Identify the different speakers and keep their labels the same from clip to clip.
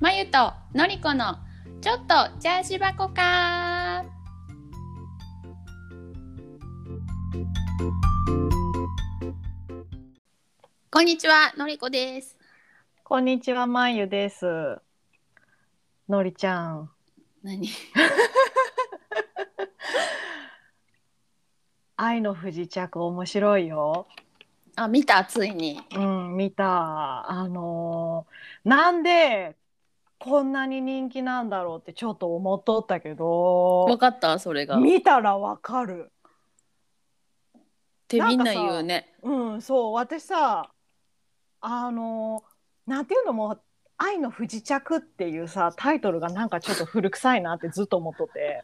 Speaker 1: まゆとのりこのちょっとチャージ箱かこんにちはのりこです
Speaker 2: こんにちは、まゆです。のりちゃん、
Speaker 1: 何
Speaker 2: 愛の不時着面白いよ。
Speaker 1: あ見たついに
Speaker 2: うん、見た。あのーなんでこんなに人気なんだろうってちょっと思っとったけ
Speaker 1: わ
Speaker 2: ど、
Speaker 1: かったそれがっ
Speaker 2: 見たらわかる。
Speaker 1: てみんな
Speaker 2: なんかさ
Speaker 1: 言うね
Speaker 2: うん、そう、私さ、あのーなんていうのも、愛の不時着っていうさ、タイトルがなんかちょっと古臭いなってずっと思っ とって。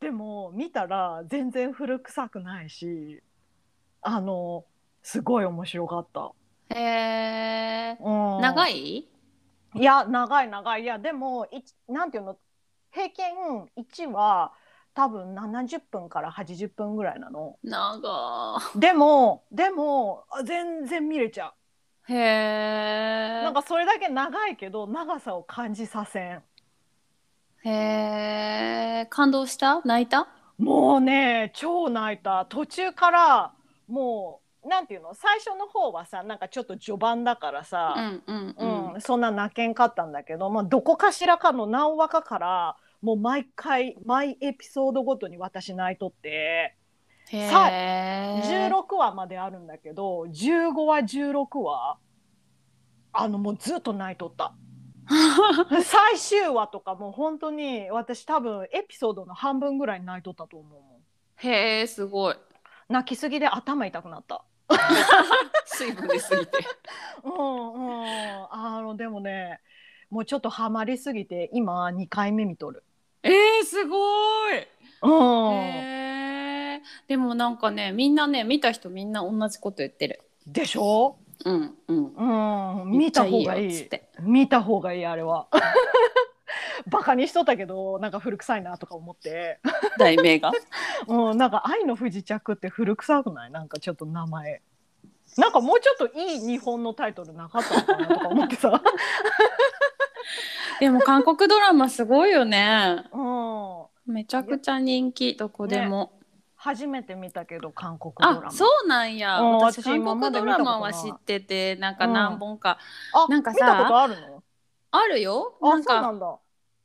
Speaker 2: でも、見たら全然古臭くないし、あのーすごい面白かった。
Speaker 1: へえ
Speaker 2: うん、
Speaker 1: 長い
Speaker 2: いや長い長いいやでもいちなんていうの平均1は多分70分から80分ぐらいなの
Speaker 1: 長
Speaker 2: でもでもあ全然見れちゃ
Speaker 1: へ
Speaker 2: う
Speaker 1: え
Speaker 2: なんかそれだけ長いけど長さを感じさせん
Speaker 1: へえ感動した泣いた
Speaker 2: もうね超泣いた途中からもうなんていうの最初の方はさなんかちょっと序盤だからさ、
Speaker 1: うんうんうん
Speaker 2: うん、そんな泣けんかったんだけど、まあ、どこかしらかの何話かからもう毎回毎エピソードごとに私泣いとってさ
Speaker 1: へー
Speaker 2: 16話まであるんだけど15話16話あのもうずっと泣いとった 最終話とかもう本当に私多分エピソードの半分ぐらい泣いとったと思うもん
Speaker 1: へえすごい
Speaker 2: 泣きすぎで頭痛くなった
Speaker 1: 水分出すぎて
Speaker 2: うんうんあのでもねもうちょっとハマりすぎて今2回目見とる
Speaker 1: えー、すごい
Speaker 2: うん
Speaker 1: へえでもなんかねみんなね見た人みんな同じこと言ってる
Speaker 2: でしょ
Speaker 1: うんうん
Speaker 2: うん見た方がい
Speaker 1: め
Speaker 2: い
Speaker 1: っちゃよっつって
Speaker 2: 見た方がいいあれは バカにしとったけどなんか古臭いなとか思って、
Speaker 1: 題名 が
Speaker 2: うん、なんか「愛の不時着」って古臭くないなんかちょっと名前なんかもうちょっといい日本のタイトルなかったのかなとか思っ てさ、
Speaker 1: でも韓国ドラマすごいよね
Speaker 2: うん、
Speaker 1: めちゃくちゃ人気どこでも、
Speaker 2: 初めて見たけど韓国ドラマ
Speaker 1: あそうなんや
Speaker 2: うん
Speaker 1: 私
Speaker 2: 私
Speaker 1: 韓
Speaker 2: 今ま
Speaker 1: 国
Speaker 2: で
Speaker 1: ド
Speaker 2: 見
Speaker 1: ラ
Speaker 2: たことな
Speaker 1: マ
Speaker 2: い
Speaker 1: は知っててなんか何本か、
Speaker 2: あ
Speaker 1: なんかさ
Speaker 2: 見たことあるの
Speaker 1: あるよ
Speaker 2: あ
Speaker 1: なん
Speaker 2: そう
Speaker 1: か
Speaker 2: なんだ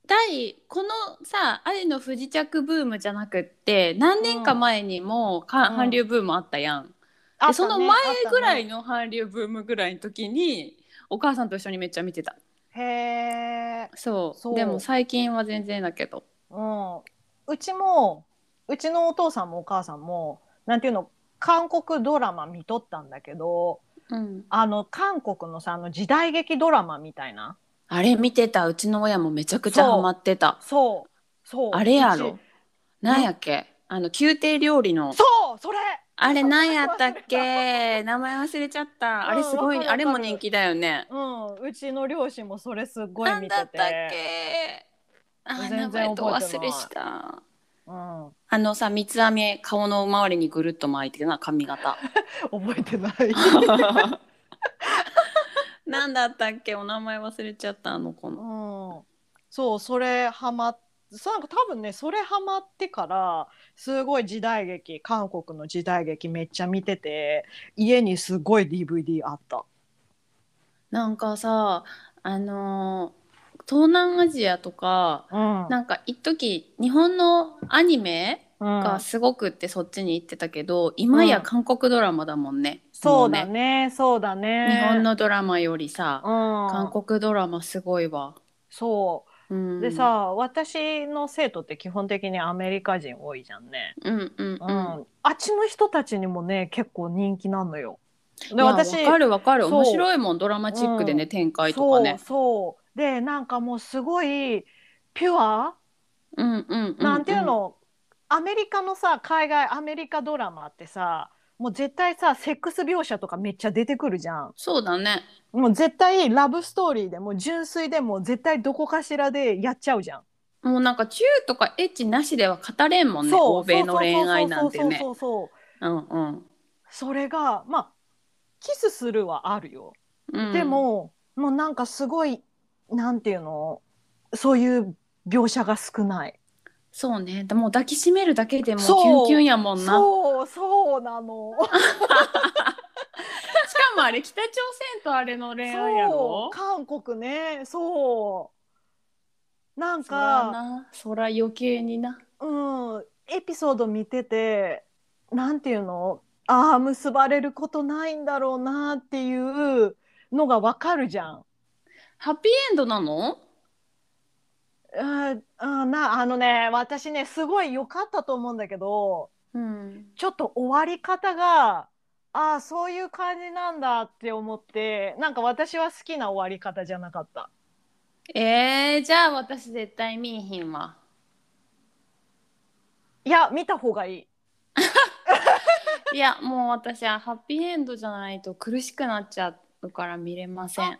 Speaker 1: 第このさ「愛の不時着」ブームじゃなくって何年か前にもか
Speaker 2: うん
Speaker 1: 韓流ブームあったやん、
Speaker 2: あったね
Speaker 1: その前
Speaker 2: あったね
Speaker 1: ぐらいの韓流ブームぐらいの時にお母さんと一緒にめっちゃ見てた
Speaker 2: へえ
Speaker 1: そう
Speaker 2: そう
Speaker 1: でも最近は全然だけど
Speaker 2: うん、うちもうちのお父さんもお母さんもなんていうの韓国ドラマ見とったんだけど
Speaker 1: うん
Speaker 2: あの韓国のさあの時代劇ドラマみたいな
Speaker 1: あれ見てたうちの親もめちゃくちゃ
Speaker 2: そう
Speaker 1: ハマってた
Speaker 2: そうそう
Speaker 1: あれや
Speaker 2: う
Speaker 1: ろ
Speaker 2: ち
Speaker 1: なんやっけあの宮廷料理の
Speaker 2: そうそれ
Speaker 1: あれなんやったっけ名前忘れちゃったあれすごい、
Speaker 2: うんわかるわかる
Speaker 1: あれも人気だよね
Speaker 2: うんうちの両親もそれすごい
Speaker 1: なん
Speaker 2: 見てて
Speaker 1: だったっけあー名
Speaker 2: 全然覚えてない
Speaker 1: 前と忘れした
Speaker 2: うん、
Speaker 1: あのさ三つ編み顔の周りにぐるっと巻いてるな髪型
Speaker 2: 覚えて ない
Speaker 1: なんだったっけお名前忘れちゃったあの子
Speaker 2: う
Speaker 1: の
Speaker 2: んそうそれハマっそうなんか多分ねそれハマってからすごい時代劇韓国の時代劇めっちゃ見てて家にすごい DVD あった。
Speaker 1: なんかさあのー東南アジアとか
Speaker 2: うん
Speaker 1: なんか一時日本のアニメ
Speaker 2: う
Speaker 1: が
Speaker 2: ん、
Speaker 1: すごくってそっちに行ってたけど、今や韓国ドラマだもんね。
Speaker 2: そうだ
Speaker 1: も
Speaker 2: ねそうだ
Speaker 1: う
Speaker 2: ね
Speaker 1: ね。日本のドラマよりさ、
Speaker 2: うん
Speaker 1: 韓国ドラマすごいわ。、
Speaker 2: そううんで、さ、私の生徒って基本的にアメリカ人多いじゃんね、
Speaker 1: うんうん
Speaker 2: う
Speaker 1: うんん。
Speaker 2: あっちの人たちにもね結構人気なのよ。
Speaker 1: い
Speaker 2: で
Speaker 1: や
Speaker 2: 私
Speaker 1: わかるわかる
Speaker 2: そう
Speaker 1: 面白いもんドラマチックでね、
Speaker 2: う
Speaker 1: 展開とかね
Speaker 2: そうそうでなんかもうすごいピュア
Speaker 1: うんうんうん、うん、
Speaker 2: なんていうの、アメリカのさ海外アメリカドラマってさもう絶対さセックス描写とかめっちゃ出てくるじゃん
Speaker 1: そうだね
Speaker 2: もう絶対ラブストーリーでも純粋でも絶対どこかしらでやっちゃうじゃん、
Speaker 1: もうなんかチューとかエッチなしでは語れんもんね
Speaker 2: そう
Speaker 1: 欧米の恋愛なんてね
Speaker 2: そうそうそうそうそうそう
Speaker 1: うんうん
Speaker 2: それがまあキスするはあるよ
Speaker 1: うん
Speaker 2: でも、もうなんかすごいなんていうのそういう描写が少ない。
Speaker 1: そうねでもう抱きしめるだけでもうキ
Speaker 2: そ
Speaker 1: ュ
Speaker 2: う
Speaker 1: ンキュンやもんな
Speaker 2: そうそうなの。
Speaker 1: しかもあれ北朝鮮とあれの恋愛や
Speaker 2: そ
Speaker 1: ろ
Speaker 2: う韓国ねそうなん
Speaker 1: そら
Speaker 2: か
Speaker 1: なそら余計にな
Speaker 2: うんエピソード見ててなんていうのああ結ばれることないんだろうなっていうのがわかるじゃん。
Speaker 1: ハッピーエンドなの
Speaker 2: ああなあのね私ねすごい良かったと思うんだけど
Speaker 1: うん
Speaker 2: ちょっと終わり方がああそういう感じなんだって思ってなんか私は好きな終わり方じゃなかった。
Speaker 1: えー、じゃあ私絶対見いひんわ
Speaker 2: いや見た方がいい。
Speaker 1: いやもう私はハッピーエンドじゃないと苦しくなっちゃうから見れません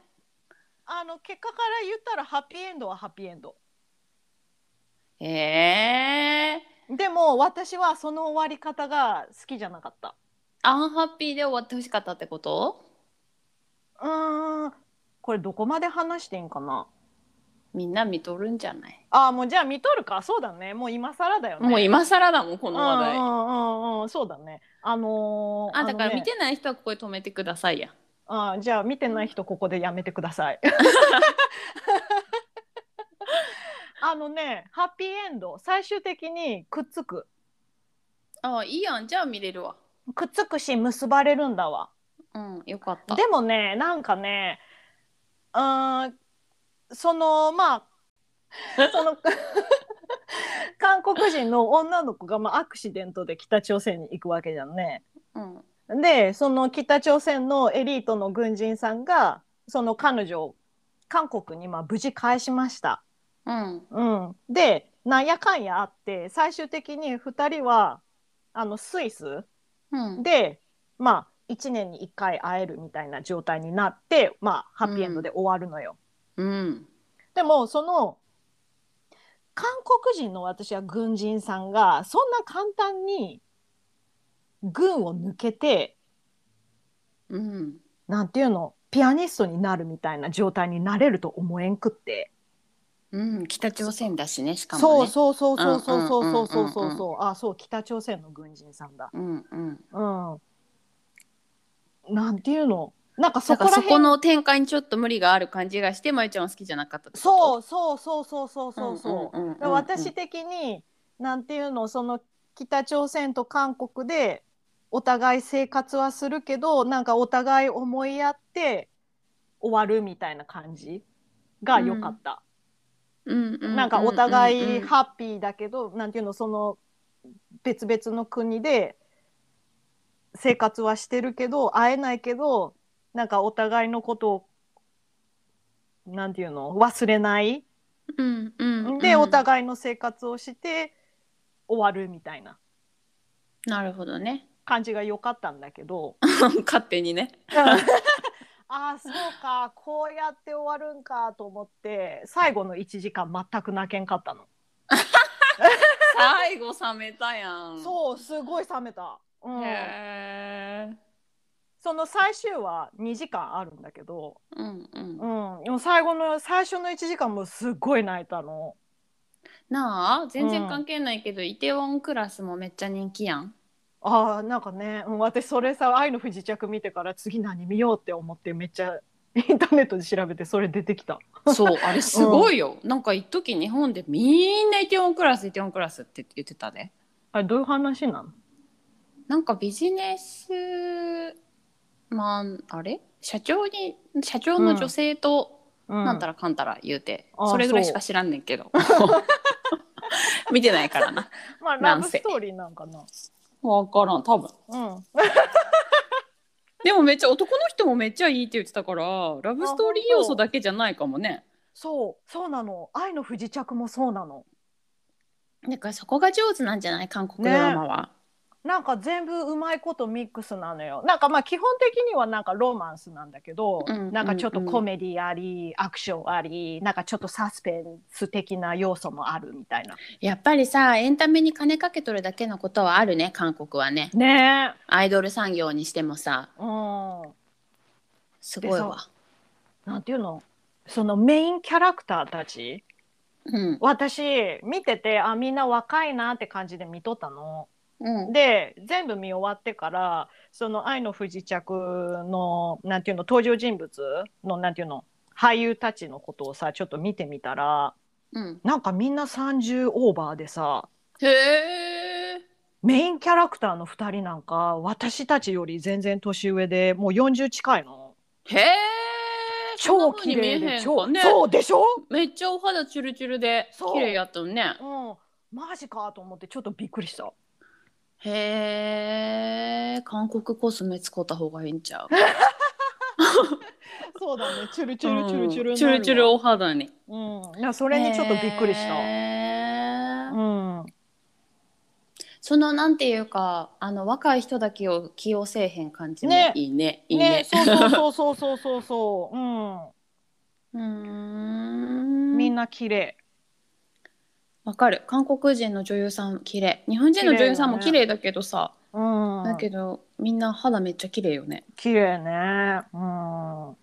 Speaker 2: あの結果から言ったらハッピーエンドはハッピーエンド。
Speaker 1: えー、
Speaker 2: でも私はその終わり方が好きじゃなかった。
Speaker 1: アンハッピーで終わってほしかったってこと
Speaker 2: うーんこれどこまで話していいんかな
Speaker 1: みんな見とるんじゃない、
Speaker 2: あーもうじゃあ見とるかそうだねもう今更だよね
Speaker 1: もう今更だもんこ
Speaker 2: う
Speaker 1: の
Speaker 2: ん
Speaker 1: 話題、
Speaker 2: うんうんうんそうだねあのー、
Speaker 1: あだか
Speaker 2: の
Speaker 1: ら
Speaker 2: ね
Speaker 1: 見てない人はここで止めてくださいや
Speaker 2: あーじゃあ見てない人ここでやめてくださいあのねハッピーエンド最終的にくっつく
Speaker 1: ああいいやんじゃあ見れるわ
Speaker 2: くっつくし結ばれるんだわ
Speaker 1: うんよかった
Speaker 2: でもねなんかねうーんそのまあその韓国人の女の子が、まあ、アクシデントで北朝鮮に行くわけじゃんね。
Speaker 1: うん
Speaker 2: でその北朝鮮のエリートの軍人さんがその彼女を韓国にまあ無事返しました。
Speaker 1: うん
Speaker 2: うん、でなんやかんやあって最終的に2人はあのスイス
Speaker 1: うん
Speaker 2: でまあ1年に1回会えるみたいな状態になってまあハッピーエンドで終わるのよ。
Speaker 1: うん
Speaker 2: でもその韓国人の私は軍人さんがそんな簡単に軍を抜けて
Speaker 1: うん
Speaker 2: なんていうのピアニストになるみたいな状態になれると思えんくって。
Speaker 1: うん北朝鮮だしねしかも
Speaker 2: そう
Speaker 1: ね
Speaker 2: そうそうそうそうそうそうそう
Speaker 1: うんうんうん
Speaker 2: そう
Speaker 1: うん
Speaker 2: そうあそう北朝鮮の軍人さんだ。
Speaker 1: うんうん
Speaker 2: うん。なんていうのなんかそ
Speaker 1: だ
Speaker 2: こ
Speaker 1: かららそ
Speaker 2: 辺
Speaker 1: この展開にちょっと無理がある感じがしてまゆちゃんは好きじゃなかったってこと
Speaker 2: そうそうそうそうそうそうそう。
Speaker 1: うんうんうんうん
Speaker 2: で私的になんていうのその北朝鮮と韓国でお互い生活はするけどなんかお互い思いやって終わるみたいな感じが良かった、
Speaker 1: うんうん
Speaker 2: なんかお互い
Speaker 1: うん
Speaker 2: ハッピーだけど、なんていうのその別々の国で生活はしてるけど会えないけどなんかお互いのことをなんていうの忘れない
Speaker 1: うんうんうん
Speaker 2: で、お互いの生活をして終わるみたいな
Speaker 1: なるほどね
Speaker 2: 感じが良かったんだけ ど
Speaker 1: 勝手にね
Speaker 2: ああそうかこうやって終わるんかと思って最後の1時間全く泣けんかったの、
Speaker 1: 最後冷めたやん
Speaker 2: そうすごい冷めた、うん、
Speaker 1: へー
Speaker 2: その最終話2時間あるんだけど、
Speaker 1: うんうん
Speaker 2: うん、でも最後の最初の1時間もすっごい泣いたの
Speaker 1: なあ全然関係ないけど、イテウォンクラスもめっちゃ人気や ん
Speaker 2: あーなんかね、うん、私それさ「愛の不時着」見てから次何見ようって思ってめっちゃインターネットで調べてそれ出てきた
Speaker 1: そうあれすごいよ、なんか一時日本でみんなイテウォンクラスイテウォンクラスって言ってたね
Speaker 2: あれどういう話なの
Speaker 1: なんかビジネスマンあれ社長に社長の女性と、なんた
Speaker 2: ろ
Speaker 1: らかんたら言うて、
Speaker 2: あ
Speaker 1: それぐらいしか知らんねんけど 見てないからな
Speaker 2: う、まあ、
Speaker 1: な
Speaker 2: ラ
Speaker 1: ん
Speaker 2: ブ
Speaker 1: せ
Speaker 2: ストーリーなんかな。
Speaker 1: 分からん多分
Speaker 2: うん、
Speaker 1: でもめっちゃ男の人もめっちゃいいって言ってたからラブストーリー要素だけじゃないかもね
Speaker 2: そう、そうなの。愛の不時着もそうなの。
Speaker 1: だからそこが上手なんじゃない韓国ドラマは、
Speaker 2: なんか全部うまいことミックスなのよ。なんかまあ基本的にはなんかロマンスなんだけど、
Speaker 1: うん
Speaker 2: なんかちょっと
Speaker 1: うん
Speaker 2: コメディあり、アクションあり、なんかちょっとサスペンス的な要素もあるみたいな。
Speaker 1: やっぱりさエンタメに金かけとるだけのことはあるね韓国はね
Speaker 2: ねえ。
Speaker 1: アイドル産業にしてもさ
Speaker 2: うん。
Speaker 1: すごい
Speaker 2: で
Speaker 1: わ
Speaker 2: なんていうのそのメインキャラクターたち
Speaker 1: うん
Speaker 2: 私見ててあみんな若いなって感じで見とったの。
Speaker 1: うん
Speaker 2: で全部見終わってからその「愛の不時着の」なんていうの登場人物のなんていうの俳優たちのことをさちょっと見てみたら
Speaker 1: うん
Speaker 2: なんかみんな30オーバーでさ
Speaker 1: へえ
Speaker 2: メインキャラクターの2人なんか私たちより全然年上でもう40近いの。
Speaker 1: へえ
Speaker 2: 超綺麗で超、
Speaker 1: 超ね
Speaker 2: そうでしょ、
Speaker 1: めっちゃお肌チュルチュルで
Speaker 2: そう
Speaker 1: 綺麗やったもんね
Speaker 2: うん、マジかと思ってちょっとびっくりした。
Speaker 1: へえ韓国コスメ使った方がいいんちゃう
Speaker 2: そうだねチュルチュルチュルチュ
Speaker 1: う
Speaker 2: ル
Speaker 1: ん
Speaker 2: に
Speaker 1: チュ
Speaker 2: なるわ
Speaker 1: ルチュルお肌に
Speaker 2: うん、いやそ
Speaker 1: こ
Speaker 2: れにちょっとびっくりした。
Speaker 1: た
Speaker 2: うん
Speaker 1: そのなんていうかあの若い人だけを起用せえへん感じも
Speaker 2: ね
Speaker 1: いいねいいね、
Speaker 2: ねそうそうそうそうそうそ う
Speaker 1: うー
Speaker 2: うん、みん
Speaker 1: ん
Speaker 2: な綺麗
Speaker 1: わかる韓国人の女優さん綺麗日本人の女優さんも
Speaker 2: 綺
Speaker 1: 綺
Speaker 2: 麗
Speaker 1: 麗だけどさ、
Speaker 2: うん
Speaker 1: だけどみんな肌めっちゃ綺麗よね
Speaker 2: 綺麗ねうん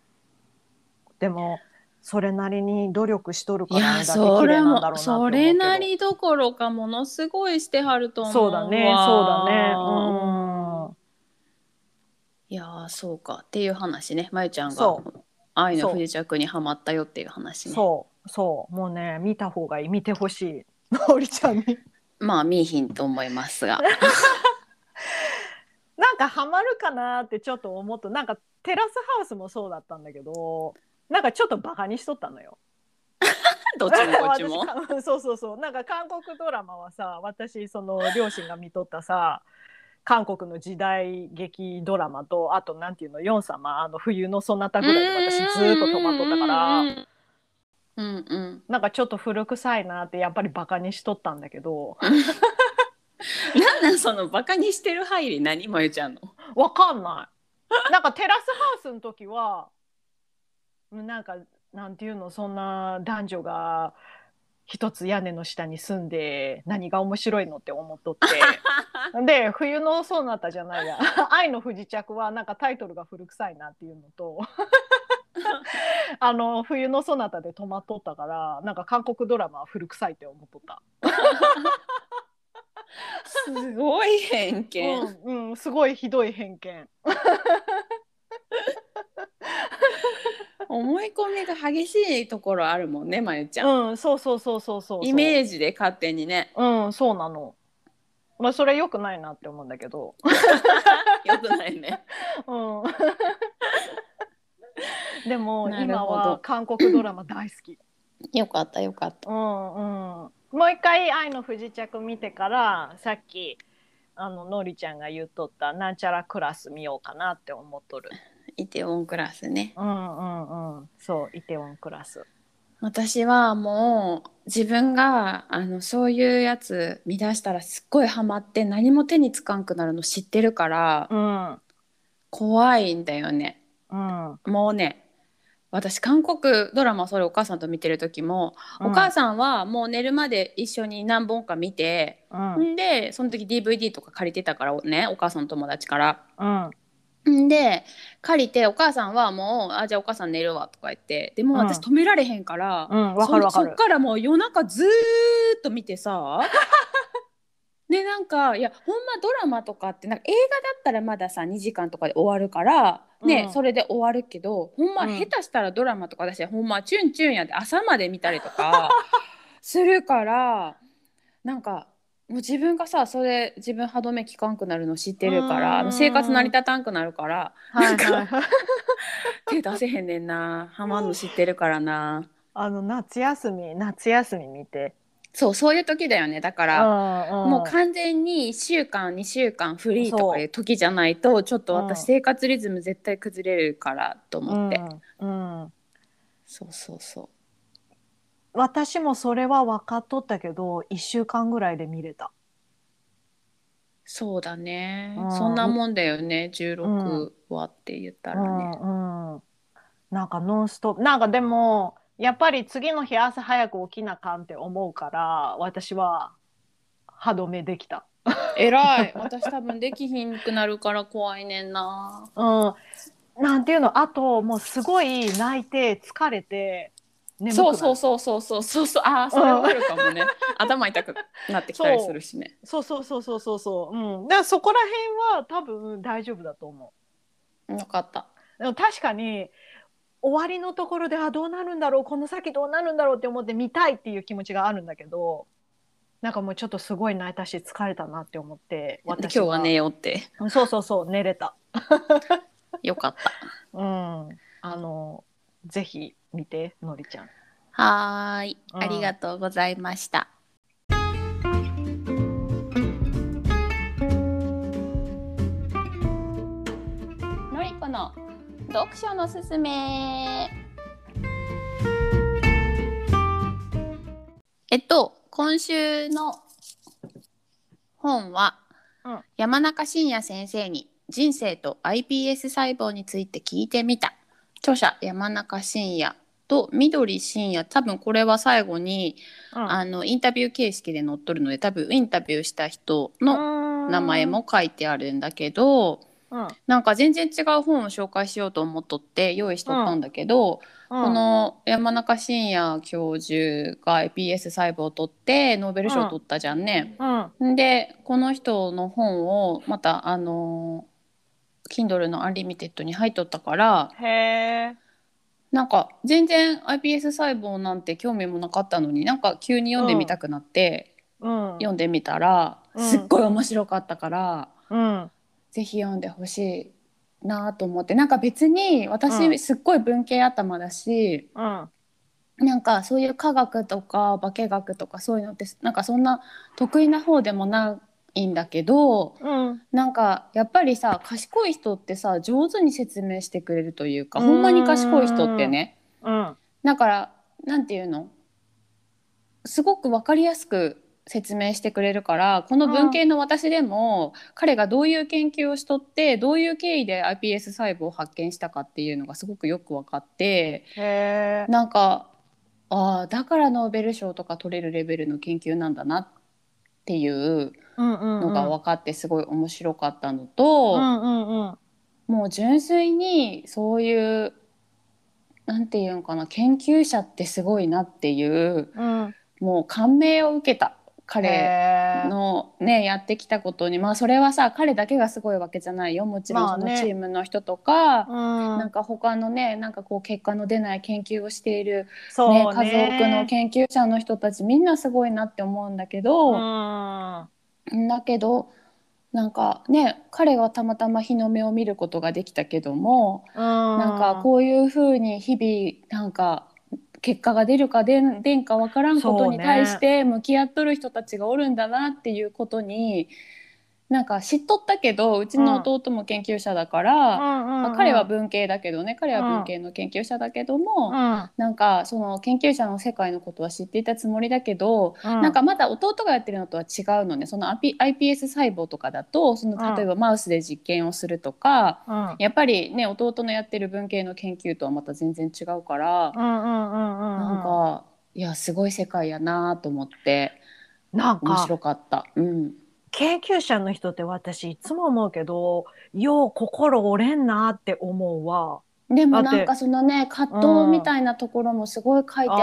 Speaker 2: でもそれなりに努力しとるか
Speaker 1: い
Speaker 2: らあ
Speaker 1: や
Speaker 2: れだけ綺
Speaker 1: それ
Speaker 2: 麗なんだ
Speaker 1: も
Speaker 2: ろうなって思
Speaker 1: そう
Speaker 2: けど
Speaker 1: れなりどころかものすごいしてはると思う
Speaker 2: そうだね
Speaker 1: わ
Speaker 2: そうだねうんうん
Speaker 1: いやーそうかっていう話ねまゆちゃんが
Speaker 2: そ
Speaker 1: 愛の不時着にはまったよっていう話ね
Speaker 2: そうそうもうね見た方がいい見てほしいのおりちゃ んに
Speaker 1: まあ見えひんと思いますが
Speaker 2: なんかハマるかなってちょっと思っとなんかテラスハウスもそうだったんだけどなんかちょっとバカにしとったのよ
Speaker 1: どっちもこっちも
Speaker 2: 私かそうそうそうなんか韓国ドラマはさ私その両親が見とったさ韓国の時代劇ドラマとあとなんていうの「ヨン様あの冬のそなた」ぐらいで私ずーっと止まっとったから
Speaker 1: うんうんうん
Speaker 2: なんかちょっと古臭いなってやっぱりバカにしとったんだけど
Speaker 1: なんなんそのバカにしてる入り何まゆちゃんの
Speaker 2: わかんないなんかテラスハウスの時はなんかなんていうのそんな男女が一つ屋根の下に住んで何が面白いのって思っとって。で冬のソナタじゃないや 「愛の不時着」はなんかタイトルが古臭いなっていうのと あの冬のソナタで止まっとったからなんか韓国ドラマは古臭いって思っとった、
Speaker 1: すごい偏見、
Speaker 2: うんうん、すごいひどい偏見
Speaker 1: 思い込みが激しいところあるもんねまゆちゃん、
Speaker 2: うんそうそうそうそうそうそう
Speaker 1: イメージで勝手にね
Speaker 2: うんそうなのまあそれ良くないなって思うんだけど、
Speaker 1: よくないね
Speaker 2: うん、でも
Speaker 1: なるほど
Speaker 2: 今は韓国ドラマ大好き
Speaker 1: よかったよかった
Speaker 2: うんうん、もう一回「愛の不時着」見てからさっきあののりちゃんが言っとった「なんちゃらクラス」見ようかなって思っとる
Speaker 1: イテウォンクラスね
Speaker 2: うんうんうんそうイテウォンクラス
Speaker 1: 私はもう自分があのそういうやつ見出したらすっごいハマって何も手につかんくなるの知ってるから
Speaker 2: うんうん
Speaker 1: 怖いんだよねもうね私韓国ドラマそれお母さんと見てる時も、お母
Speaker 2: さ
Speaker 1: さんはもう寝るまで一緒に何本か見て、
Speaker 2: んうん
Speaker 1: んでその時 DVD とか借りてたからねお母さんの友達から。
Speaker 2: うん
Speaker 1: んで借りてお母さんはもう「あじゃあお母さん寝るわ」とか言ってでも私
Speaker 2: うん
Speaker 1: 止められへんから、
Speaker 2: うんわかるわか
Speaker 1: そそ
Speaker 2: る
Speaker 1: っからもう夜中ずーっと見て さでなんかいやほんまドラマとかってなんか映画だったらまださ2時間とかで終わるから、ね
Speaker 2: うん
Speaker 1: それで終わるけどほんま
Speaker 2: うん
Speaker 1: 下手したらドラマとかだし、ほんまチュンチュンやで朝まで見たりと かするからなんか。もう自分がさそれ自分歯止め効かんくなるの知ってるか
Speaker 2: う
Speaker 1: ら
Speaker 2: ん
Speaker 1: 生活成り立たんくなるから
Speaker 2: はい
Speaker 1: んか
Speaker 2: はいはい
Speaker 1: 手出せへんねんなハマんの知ってるからな
Speaker 2: あの夏休み夏休み見て
Speaker 1: そうそういう時だよねだから、も
Speaker 2: も
Speaker 1: う完全に1週間2週間フリーとかいう時じゃないとちょっと
Speaker 2: うん
Speaker 1: 私生活リズム絶対崩れるからと思って、
Speaker 2: うんうん
Speaker 1: そうそうそう
Speaker 2: 私もそれは分かっとったけど一週間ぐらいで見れた
Speaker 1: そうだね、
Speaker 2: うん
Speaker 1: そんなもんだよね16話って言ったらね、
Speaker 2: うんうん、なんかノンストップなんかでもやっぱり次の日朝早く起きなあかんって思うから私は歯止めできた、
Speaker 1: えらい私多分できひんくなるから怖いねんな
Speaker 2: うん、なんていうのあともうすごい泣いて疲れて眠くな
Speaker 1: そ
Speaker 2: る
Speaker 1: うそうそうそうそうそうそうああそれはあるかもね頭痛くなってきたりするしね
Speaker 2: そうそうそうそうそうそううんだからそこら辺は多分大丈夫だと思
Speaker 1: よかった
Speaker 2: うでも確かに終わりのところであどうなるんだろうこの先どうなるんだろうって思って見たいっていう気持ちがあるんだけどなんかもうちょっとすごい泣いたし疲れたなって思って
Speaker 1: 今日は寝ようって
Speaker 2: そうそうそう寝れた
Speaker 1: よかった
Speaker 2: うんあのぜひ見てのりちゃん
Speaker 1: はーい、
Speaker 2: うん
Speaker 1: ありがとうございました。のりこの読書のすすめ。えっと、今週の本は、
Speaker 2: うん
Speaker 1: 山中伸也先生に人生と iPS 細胞について聞いてみた。著者山中伸也と緑深也多分これは最後に、あのインタビュー形式で載っとるので多分インタビューした人の
Speaker 2: の
Speaker 1: 名前も書いてあるんだけど、
Speaker 2: うん、
Speaker 1: なんか全然違う本を紹介しようと思っとって用意しとったんだけど、
Speaker 2: こ
Speaker 1: この山中伸也教授が iPS 細胞を取ってノーベル賞を取ったじゃんね。
Speaker 2: うん
Speaker 1: でこの人の本をまたあの Kindle の Unlimited に入っとったから
Speaker 2: へえ
Speaker 1: なんか全然 iPS 細胞なんて興味もなかったのになんか急に読んでみたくなって、
Speaker 2: うん
Speaker 1: 読んでみたら、
Speaker 2: うん
Speaker 1: すっごい面白かったから、
Speaker 2: うん
Speaker 1: ぜひ読んでほしいなと思ってなんか別に私、
Speaker 2: うん
Speaker 1: すっごい文系頭だし
Speaker 2: うん
Speaker 1: なんかそういう科学とか化学とかそういうのってなんかそんな得意な方でもないんだけど
Speaker 2: うん
Speaker 1: なんかやっぱりさ賢い人ってさ上手に説明してくれるというか
Speaker 2: うん
Speaker 1: ほんまに賢い人ってね
Speaker 2: うん
Speaker 1: だからなんていうのすごく分かりやすく説明してくれるからこの文系の私でも、彼がどういう研究をしとってどういう経緯で iPS 細胞を発見したかっていうのがすごくよく分かって
Speaker 2: へえ
Speaker 1: なんかああだからノーベル賞とか取れるレベルの研究なんだなっていう
Speaker 2: うんうんう
Speaker 1: の
Speaker 2: ん
Speaker 1: が分かってすごい面白かったのと。
Speaker 2: うんうんうん
Speaker 1: もう純粋にそういうなんていうのかな研究者ってすごいなっていう
Speaker 2: うん
Speaker 1: もう感銘を受けた彼
Speaker 2: へー
Speaker 1: のねやってきたことにまあそれはさ彼だけがすごいわけじゃないよもちろん
Speaker 2: まあ
Speaker 1: その
Speaker 2: ね
Speaker 1: チームの人とか、
Speaker 2: う
Speaker 1: なん
Speaker 2: ん
Speaker 1: か他のねなんかこう結果の出ない研究をしている、
Speaker 2: そう
Speaker 1: ね
Speaker 2: ね
Speaker 1: 数多くの研究者の人たちみんなすごいなって思うんだけど。
Speaker 2: うん
Speaker 1: だけどなんかね彼はたまたま日の目を見ることができたけども、
Speaker 2: な
Speaker 1: なんかこういうふうに日々なんか結果が出るか出ん出んか分からんことに対して向き合っとる人たちがおるんだなっていうことに、なんか知っとったけどうちの弟も研究者だから、まあ彼は文系だけどね彼は文系の研究者だけども、
Speaker 2: な
Speaker 1: なんかその研究者の世界のことは知っていたつもりだけど、なんかまだ弟がやってるのとは違うのねその IP- iPS 細胞とかだとその例えばマウスで実験をするとか、
Speaker 2: うん
Speaker 1: やっぱりね弟のやってる文系の研究とはまた全然違うから、
Speaker 2: うんうんうんうん
Speaker 1: なんかいやすごい世界やなと思って
Speaker 2: なん
Speaker 1: 面
Speaker 2: か
Speaker 1: 白かった。うん、
Speaker 2: 研究者の人って私いつも思うけどよう心折れんなって思うわ
Speaker 1: でも
Speaker 2: だ
Speaker 1: な
Speaker 2: っ
Speaker 1: ん
Speaker 2: て
Speaker 1: かそのね葛藤みたいなところもすごい書いてあったか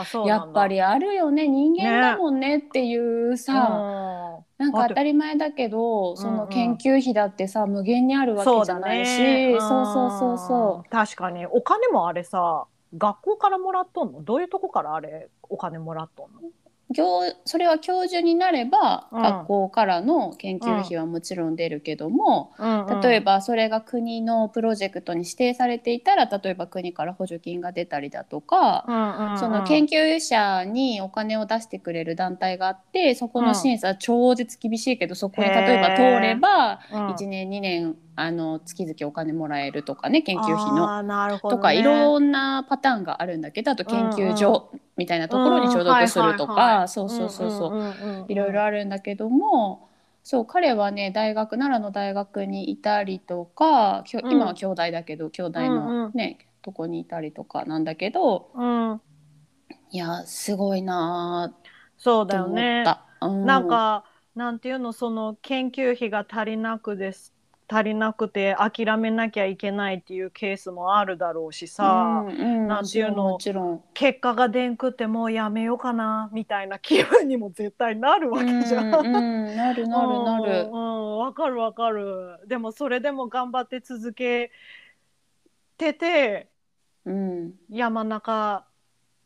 Speaker 2: あーそ
Speaker 1: ら、
Speaker 2: うな
Speaker 1: や
Speaker 2: んだ
Speaker 1: っぱりあるよね人間だもんねっていうさ。なん
Speaker 2: だ
Speaker 1: か
Speaker 2: って
Speaker 1: 当たり前だけどそ
Speaker 2: うんう
Speaker 1: の
Speaker 2: ん
Speaker 1: 研究費だってさ、無限にある
Speaker 2: うん
Speaker 1: わ
Speaker 2: そ
Speaker 1: け
Speaker 2: う
Speaker 1: じゃ
Speaker 2: だ
Speaker 1: ない
Speaker 2: ね
Speaker 1: し、
Speaker 2: うん
Speaker 1: そうそうそうそう
Speaker 2: 確かにお金もあれさ学校からもらっとんのどういうとこからあれお金もらっとんの
Speaker 1: 教それは教授になれば、
Speaker 2: うん
Speaker 1: 学校からの研究費はもちろん出るけども、例えばそれが国のプロジェクトに指定されていたら例えば国から補助金が出たりだとか、その研
Speaker 2: 究
Speaker 1: 究者にお金を出してくれる団体があってそこの審査は超絶厳しいけど、そこに例えば通れば1年2年あの月々お金もらえるとかね研究費の。
Speaker 2: の
Speaker 1: とかい
Speaker 2: ん
Speaker 1: ろんなパターンがあるんだけどあと研究所みたいなところに所属すると
Speaker 2: うんうんはいはいは
Speaker 1: かそうそうそうそう
Speaker 2: う
Speaker 1: いろいろ
Speaker 2: あ
Speaker 1: あるんだけどもそう彼はね大学奈良の大学にいたりとかきょ
Speaker 2: うん
Speaker 1: 今は兄弟だけど兄弟
Speaker 2: うんう
Speaker 1: の
Speaker 2: ん
Speaker 1: ねとこにいたりとかなんだけど
Speaker 2: うん
Speaker 1: いやすごいな
Speaker 2: そ
Speaker 1: ーっ
Speaker 2: う
Speaker 1: て
Speaker 2: だよ
Speaker 1: 思
Speaker 2: ね
Speaker 1: った。う
Speaker 2: なんかなんていうのその研究費が足りなくです足りなくて諦めなきゃいけないっていうケースもあるだろうしさ、
Speaker 1: うん
Speaker 2: なんていうの
Speaker 1: もちろん
Speaker 2: 結果が出んくってもうやめようかなみたいな気分にも絶対なる
Speaker 1: も
Speaker 2: わ
Speaker 1: ちろん
Speaker 2: けじゃん。
Speaker 1: うんうんなるなるなる
Speaker 2: う。ん、うんわかるわかる。でもそれでも頑張って続けてて、
Speaker 1: うん
Speaker 2: 山中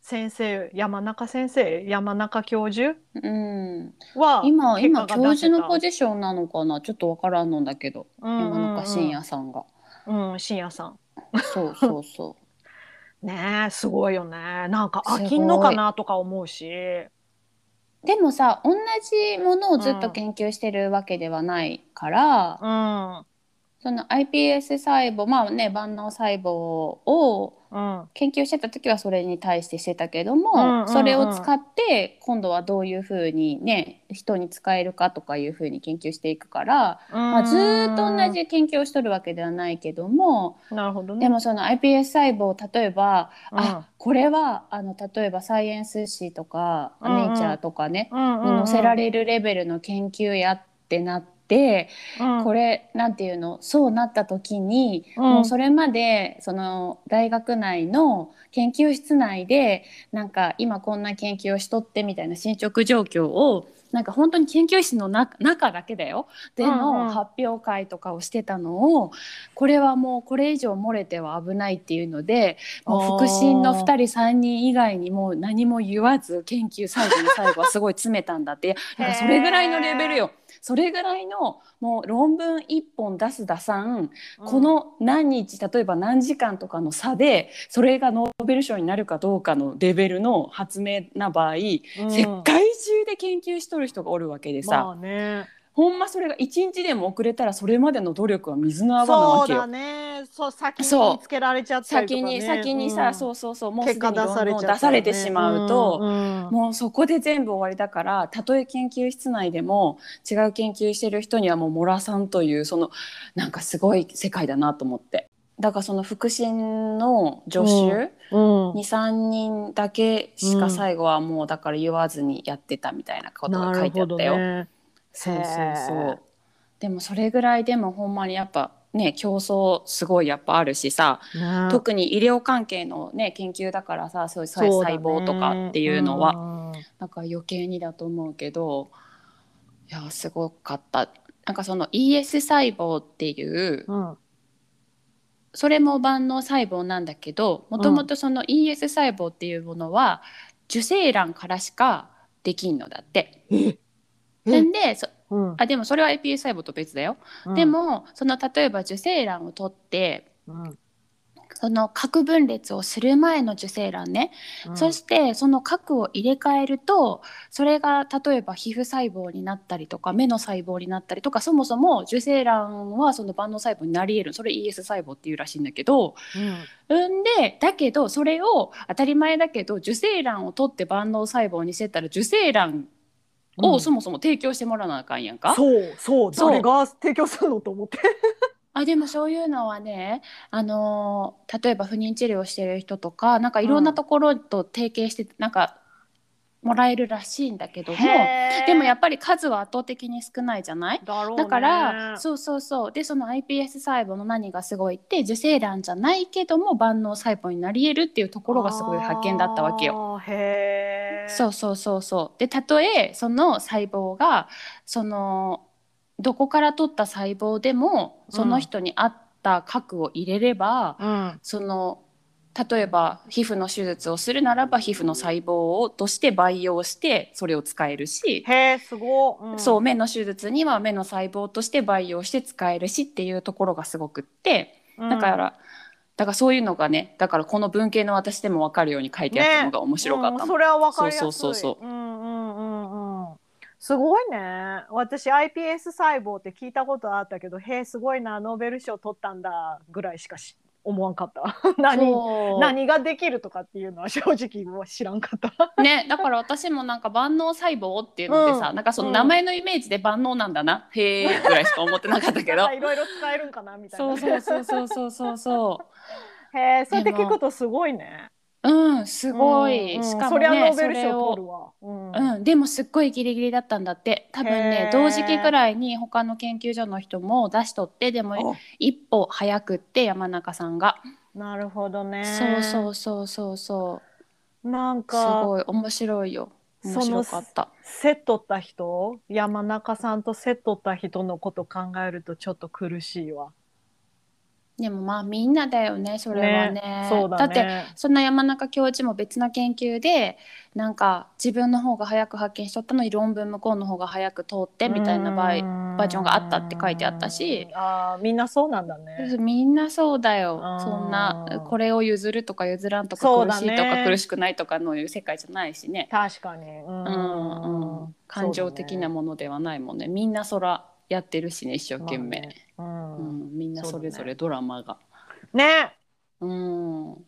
Speaker 2: 先生、山中先生、山中教授
Speaker 1: うん、
Speaker 2: は、
Speaker 1: 今
Speaker 2: 結果
Speaker 1: 今
Speaker 2: が出
Speaker 1: 教
Speaker 2: せた
Speaker 1: 授のポジションなのかなちょっとわからんのだけど、
Speaker 2: うんうんうん
Speaker 1: 山中伸也さんが
Speaker 2: うん、深夜さん。
Speaker 1: そうそうそ
Speaker 2: ねえ、すごいよね。なんか
Speaker 1: すごい
Speaker 2: 飽きんのかなとか思うし。
Speaker 1: うでもさ同じものをずっと研究してるわけではないから、
Speaker 2: うん、うん。
Speaker 1: その iPS 細胞まあね万能細胞を
Speaker 2: うん
Speaker 1: 研究してた時はそれに対してしてたけども、
Speaker 2: うんうんうん
Speaker 1: それを使って今度はどういうふうにね人に使えるかとかいうふうに研究していくから、まあ、ずーっと同。じ研究をしとるわけではないけども、
Speaker 2: なるほどね。
Speaker 1: でもその iPS 細胞例えば、
Speaker 2: うん、
Speaker 1: あこれはあの例えばサイエンス誌とか、
Speaker 2: うんうん
Speaker 1: ネイチャーとかね、
Speaker 2: うん
Speaker 1: に載せられるレベルの研究やってなって。
Speaker 2: うん、
Speaker 1: これなんていうのそうなった時に、
Speaker 2: うん
Speaker 1: もうそれまでその大学内の研究室内でなんか今こんな研究をしとってみたいな進捗状況をなんか本当に研究室の中中だけだよで
Speaker 2: うんうん
Speaker 1: の発表会とかをしてたのを、これはもうこれ以上漏れては危ないっていうのでもう腹心の2人3人以外にもう何も言わず研究最後の最後はすごい詰めたんだってなんかそれぐらいのレベルよ。それぐらいのもう論文1本出す出さん、
Speaker 2: うん
Speaker 1: こ、の何日例えば何時間とかの差でそれがノーベル賞になるかどうかのレベルの発明な場合、
Speaker 2: うん
Speaker 1: 世界中で研究しとる人がおるわけでさ、
Speaker 2: まあね。
Speaker 1: ほんまそれが1日でも遅れたらそれまでの努力は水の泡な
Speaker 2: そ
Speaker 1: わ
Speaker 2: う
Speaker 1: けよ
Speaker 2: だ。ね。そう先
Speaker 1: そう
Speaker 2: に見つけられちゃったりとか、
Speaker 1: 先
Speaker 2: ね、
Speaker 1: に先にさ、そううんそうそうもうすで
Speaker 2: 結果
Speaker 1: に
Speaker 2: 出
Speaker 1: 論
Speaker 2: され
Speaker 1: 文
Speaker 2: ち
Speaker 1: を
Speaker 2: ゃ
Speaker 1: 出
Speaker 2: ったらね
Speaker 1: されてしまうと、
Speaker 2: うんうん
Speaker 1: もうそこで全部終わりだからたとえ研究室内でも違う研究してる人にはもうモラさんというそのなんかすごい世界だなと思ってだからその腹心の助手、
Speaker 2: うん
Speaker 1: 23人だけし
Speaker 2: うん
Speaker 1: か最後はもうだから言わずにやってたみたいなこと
Speaker 2: な
Speaker 1: が書
Speaker 2: る
Speaker 1: いてあ
Speaker 2: ほ
Speaker 1: っ
Speaker 2: ど
Speaker 1: たよ。
Speaker 2: ね。
Speaker 1: そうそう
Speaker 2: へ
Speaker 1: そ
Speaker 2: ー
Speaker 1: うでもそれぐらいでもほんまにやっぱね競争すごいやっぱあるしさ、
Speaker 2: ね
Speaker 1: 特に医療関係のね研究だからさそういう細
Speaker 2: そうだね
Speaker 1: 胞とかっていうのは。
Speaker 2: うん
Speaker 1: なんか余計にだと思うけどいやすごかったなんかその ES 細胞っていう
Speaker 2: うん
Speaker 1: それも万能細胞なんだけどもともとその ES 細胞っていうものは受精卵からしかできんのだって。
Speaker 2: え
Speaker 1: なんでそ
Speaker 2: うん
Speaker 1: あでもそれは iPS 細胞と別だよ、
Speaker 2: うん
Speaker 1: でもその例えば受精卵を取って
Speaker 2: うん
Speaker 1: その核分裂をする前の受精卵ね、
Speaker 2: うん
Speaker 1: そしてその核を入れ替えるとそれが例えば皮膚細胞になったりとか目の細胞になったりとかそもそも受精卵はその万能細胞になり得るそれ ES 細胞っていうらしいんだけど
Speaker 2: うん
Speaker 1: うんでだけどそれを当たり前だけど受精卵を取って万能細胞にしてたら受精卵をそもそも提供してもらわなあかんやんか。
Speaker 2: そうそう
Speaker 1: そう
Speaker 2: 誰が提供するのと思って。
Speaker 1: あでもそういうのはね、あのー例えば不妊治療してる人とかなんかいろんなところと提携して、なんかもらえるらしいんだけどもでもや
Speaker 2: っ
Speaker 1: っぱり数は圧倒的に少ないじゃない
Speaker 2: だろうね
Speaker 1: だからそうそうそうでその iPS 細胞の何がすごいって受精卵じゃないけども万能細胞になり得るっていうところがすごい発見だったわけよ。
Speaker 2: よ。へえ。
Speaker 1: そうそうそうそうでたとえその細胞がそのどこから取った細胞でもその人に合った核を入れれば、
Speaker 2: うん。
Speaker 1: その例えば皮膚の手術をするならば皮膚の細胞をとして培養してそれを使えるし、
Speaker 2: へえすごい。ん
Speaker 1: そう目の手術には目の細胞として培養して使えるしっていうところがすごくって
Speaker 2: うん
Speaker 1: だから、だからそういうのがねだからこの文系の私でも分かるように書いてあったのが面白かった
Speaker 2: うん、
Speaker 1: の、
Speaker 2: それはわかりやすい
Speaker 1: そうそうそうそ
Speaker 2: んうんうんうんすごいね私 iPS 細胞って聞いたことあったけど「へえすごいなノーベル賞取ったんだ」ぐらいしかし思わんかった 何
Speaker 1: そう
Speaker 2: 何ができるとかっていうのは正直もう知らんかった
Speaker 1: ね、だから私もなんか万能細胞っていうのでさ、
Speaker 2: うん
Speaker 1: なんかその名前のイメージで万能なんだな、へえぐらいしか思ってなかったけ
Speaker 2: な
Speaker 1: ど
Speaker 2: んかいろいろ使えるんかなみたいな
Speaker 1: そうそうそうそうそうそうそう
Speaker 2: へえそうやって聞くとすごいね
Speaker 1: うんすごい、
Speaker 2: うんうん
Speaker 1: しか
Speaker 2: そ
Speaker 1: も
Speaker 2: りゃ
Speaker 1: ね
Speaker 2: ノー
Speaker 1: そ
Speaker 2: ベル
Speaker 1: れ
Speaker 2: 賞
Speaker 1: を
Speaker 2: 取るわ。うん
Speaker 1: うん、でもすっごいギリギリだったんだって多分
Speaker 2: へー
Speaker 1: ね同時期くらいに他の研究所の人も出しとってでも
Speaker 2: あ
Speaker 1: 一歩早くって山中さんが、
Speaker 2: なるほどね。
Speaker 1: そうそうそうそうそ
Speaker 2: なん
Speaker 1: うす
Speaker 2: か
Speaker 1: ごい面白いよ
Speaker 2: そ
Speaker 1: 面
Speaker 2: の
Speaker 1: 白かった
Speaker 2: セットった人山中さんとセットった人のこと考えるとちょっと苦しいわ。
Speaker 1: でもまあみんなだよねそれはね
Speaker 2: そうだ
Speaker 1: だって
Speaker 2: ね。
Speaker 1: そんな山中教授も別な研究でなんか自分の方が早く発見しとったのに論文向こうの方が早く通ってみたいな場合
Speaker 2: 合
Speaker 1: バージョンがあったって書いてあったし。
Speaker 2: あーみんなそうなんだね。
Speaker 1: みんなそうだよ
Speaker 2: あー
Speaker 1: そんなこれを譲るとか譲らんとか
Speaker 2: そう
Speaker 1: 苦
Speaker 2: だ
Speaker 1: し
Speaker 2: ね
Speaker 1: いとか苦しくないとかのいう世界じゃないしね
Speaker 2: 確かに。う
Speaker 1: うんうん
Speaker 2: ん
Speaker 1: 感情的なものではないもんねみんなそらやってるしね一生懸命、
Speaker 2: まあね
Speaker 1: う
Speaker 2: うん
Speaker 1: ん、みんなそれぞれドラマが
Speaker 2: ね
Speaker 1: うん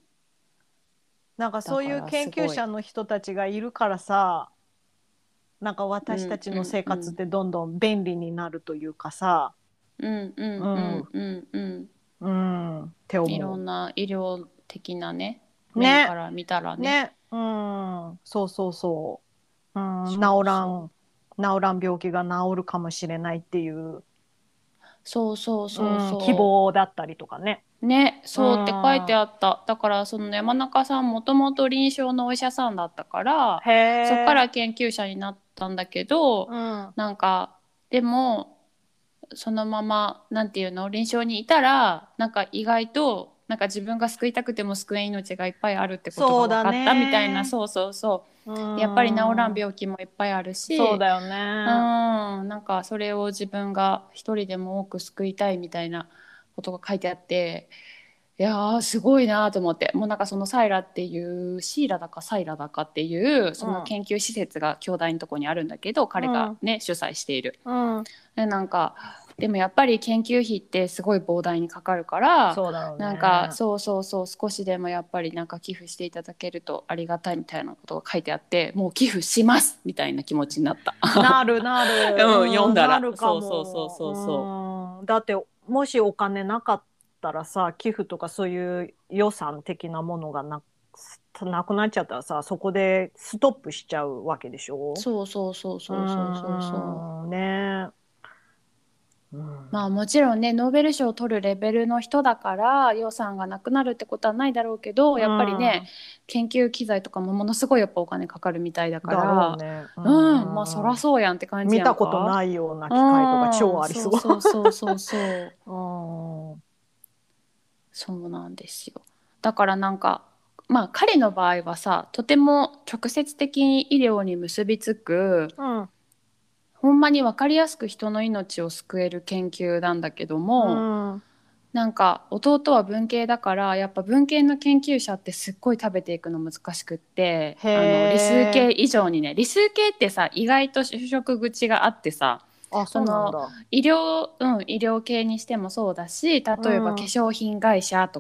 Speaker 2: なんかそういう
Speaker 1: だからすご
Speaker 2: 研
Speaker 1: い
Speaker 2: 究者の人たちがいるからさなんか私たちの生活ってどんどん便利になるというかさ、
Speaker 1: うんうんうんうんうん
Speaker 2: うんって
Speaker 1: いろ
Speaker 2: 思
Speaker 1: んな医療的なね
Speaker 2: う。
Speaker 1: 目
Speaker 2: ね
Speaker 1: か。ら見たらね
Speaker 2: ね。うん。そうそうそう。うん、
Speaker 1: そう
Speaker 2: 治らん治らん病気が治るかもしれないっていう
Speaker 1: そうそうそうそう、
Speaker 2: うん希望だったりとかね。
Speaker 1: ねそうって
Speaker 2: うん
Speaker 1: 書いてあっただからその山中さんもともと臨床のお医者さんだったから
Speaker 2: へえ。
Speaker 1: そこか。ら研究者になったんだけど、
Speaker 2: うん。
Speaker 1: なんかでもそのままなんていうの臨床にいたらなんか意外となんか自分が救いたくても救えん命がいっぱいあるってことが分かった
Speaker 2: そうだね
Speaker 1: みたいなそうそうそうやっぱり治らん病気もいっぱいあるし
Speaker 2: そうだよ
Speaker 1: う
Speaker 2: ね。
Speaker 1: んなんかそれを自分が一人でも多く救いたいみたいなことが書いてあっていやーすごいなと思ってもうなんかそのサイラっていうシーラだかサイラだかっていうその研究施設が京大のとこにあるんだけど、彼がね主催している。
Speaker 2: うん。
Speaker 1: でなんかでもやっぱり研究費ってすごい膨大にかかるから。
Speaker 2: そうだろうね。
Speaker 1: なんかそうそうそう少しでもやっぱりなんか寄付していただけるとありがたいみたいなことが書いてあってもう寄付しますみたいな気持ちになった。
Speaker 2: なるなる
Speaker 1: うん読んだら
Speaker 2: なるかも
Speaker 1: そうそうそうそうそう
Speaker 2: うんだってもしお金なかったらさ寄付とかそういう予算的なものがななくなっちゃったらさそこでストップしちゃうわけでしょ
Speaker 1: そうそうそうそうそうそうそう。
Speaker 2: うんねうん
Speaker 1: まあもちろんねノーベル賞を取るレベルの人だから予算がなくなるってことはないだろうけどやっぱりね、研究機材とかもものすごいやっぱお金かかるみたいだ
Speaker 2: うん
Speaker 1: か
Speaker 2: だ
Speaker 1: ら
Speaker 2: ろうね、
Speaker 1: うん、まあそらそうやんって感じ
Speaker 2: 見
Speaker 1: やんか
Speaker 2: たこと
Speaker 1: い
Speaker 2: ないような機械とか超ありそう。
Speaker 1: そうそうそうそうそう
Speaker 2: うん
Speaker 1: そうなんですよだからなんかまあ彼の場合はさとても直接的に医療に結びつく
Speaker 2: うん
Speaker 1: ほんまに分かりやすく人の命を救える研究なんだけども、
Speaker 2: うん
Speaker 1: なんか弟は文系だからやっぱ文系の研究者ってすっごい食べていくの難しくってあ
Speaker 2: へー
Speaker 1: の理数系以上にね理数系ってさ意外と就職口があってさ
Speaker 2: あそうなんだ。
Speaker 1: 医療、うん、医療系にしてもそうだし例えば化
Speaker 2: うん
Speaker 1: 粧品会社と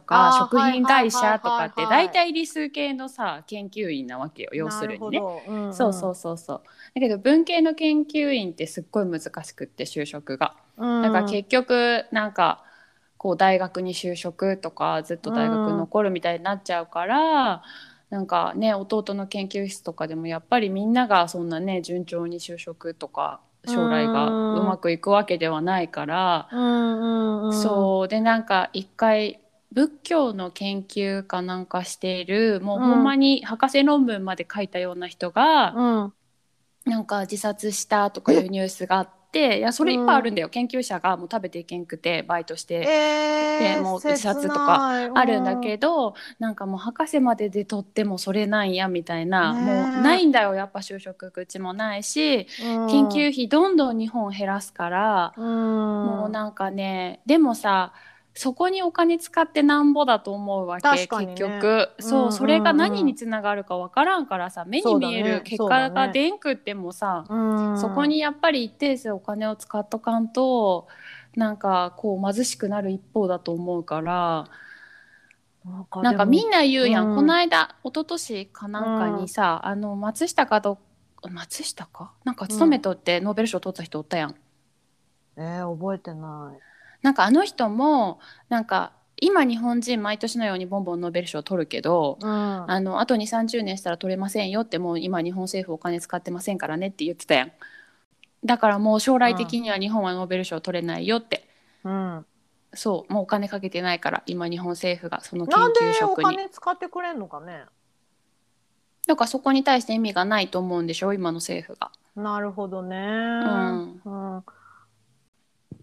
Speaker 1: か
Speaker 2: あー、
Speaker 1: 食品会社とかって
Speaker 2: はいはいはいはい
Speaker 1: 大体理数系のさ研究員なわけよ要するにね
Speaker 2: な。ほど。んん
Speaker 1: そうそうそうそうだけど文系の研究員ってすっごい難しくって就職が。
Speaker 2: うん
Speaker 1: だから結局なんかこう大学に就職とかずっと大学残るみたいになっちゃうから、なんかね弟の研究室とかでもやっぱりみんながそんなね順調に就職とか将来が
Speaker 2: うん
Speaker 1: うまくいくわけではないから、
Speaker 2: うんうんうん、
Speaker 1: そうでなんか一回仏教の研究かなんかしているもうほんまに博士論文まで書いたような人が、
Speaker 2: うん
Speaker 1: なんか自殺したとかいうニュースがあっていやそれいっぱいあるんだよ、研究者がもう食べていけんくてバイトして
Speaker 2: え
Speaker 1: でもう自殺とかあるんだけ
Speaker 2: ど、
Speaker 1: ど、なんかもう博士まででとってもそれなんやみたいな、
Speaker 2: ねえ
Speaker 1: もうないんだよやっぱ就職口もないし
Speaker 2: うん
Speaker 1: 研究、費どんどん日本減らすから、
Speaker 2: うん、
Speaker 1: も
Speaker 2: も
Speaker 1: うなんかねでもさそこにお金使ってなんぼだと思うわけ、
Speaker 2: 確かにね
Speaker 1: 結局そう,、
Speaker 2: うん
Speaker 1: それが何につながるかわからんからさ目に見え
Speaker 2: そうだね
Speaker 1: る結
Speaker 2: そうだ
Speaker 1: 果
Speaker 2: ね
Speaker 1: がでんくってもさ、
Speaker 2: うん、
Speaker 1: そこにやっぱり一定数お金を使っとかんとなんかこう貧しくなる一方だと思うから
Speaker 2: なんか
Speaker 1: なんかみ
Speaker 2: なん
Speaker 1: な言うやん、
Speaker 2: うん
Speaker 1: この間一昨年かなんかにさ、あの松下かど松下かなんか勤めとってノーベル賞取った人おったやん。
Speaker 2: えー、覚えてない
Speaker 1: なんかあの人もなんか今日本人毎年のようにボンボンノーベル賞を取るけど
Speaker 2: うん
Speaker 1: あのあと2 3 0年したら取れませんよってもう今日本政府お金使ってませんからねって言ってたやんだからもう将来的には日本はノーベル賞取れないよって、
Speaker 2: うん、
Speaker 1: そうもうお金かけてないから今日本政府がその研
Speaker 2: なんで
Speaker 1: 究
Speaker 2: お
Speaker 1: 職に
Speaker 2: 金使ってくれんのかね
Speaker 1: だからそこに対して意味がないと思うんでしょ今の政府が
Speaker 2: なるほどね、
Speaker 1: ん
Speaker 2: うん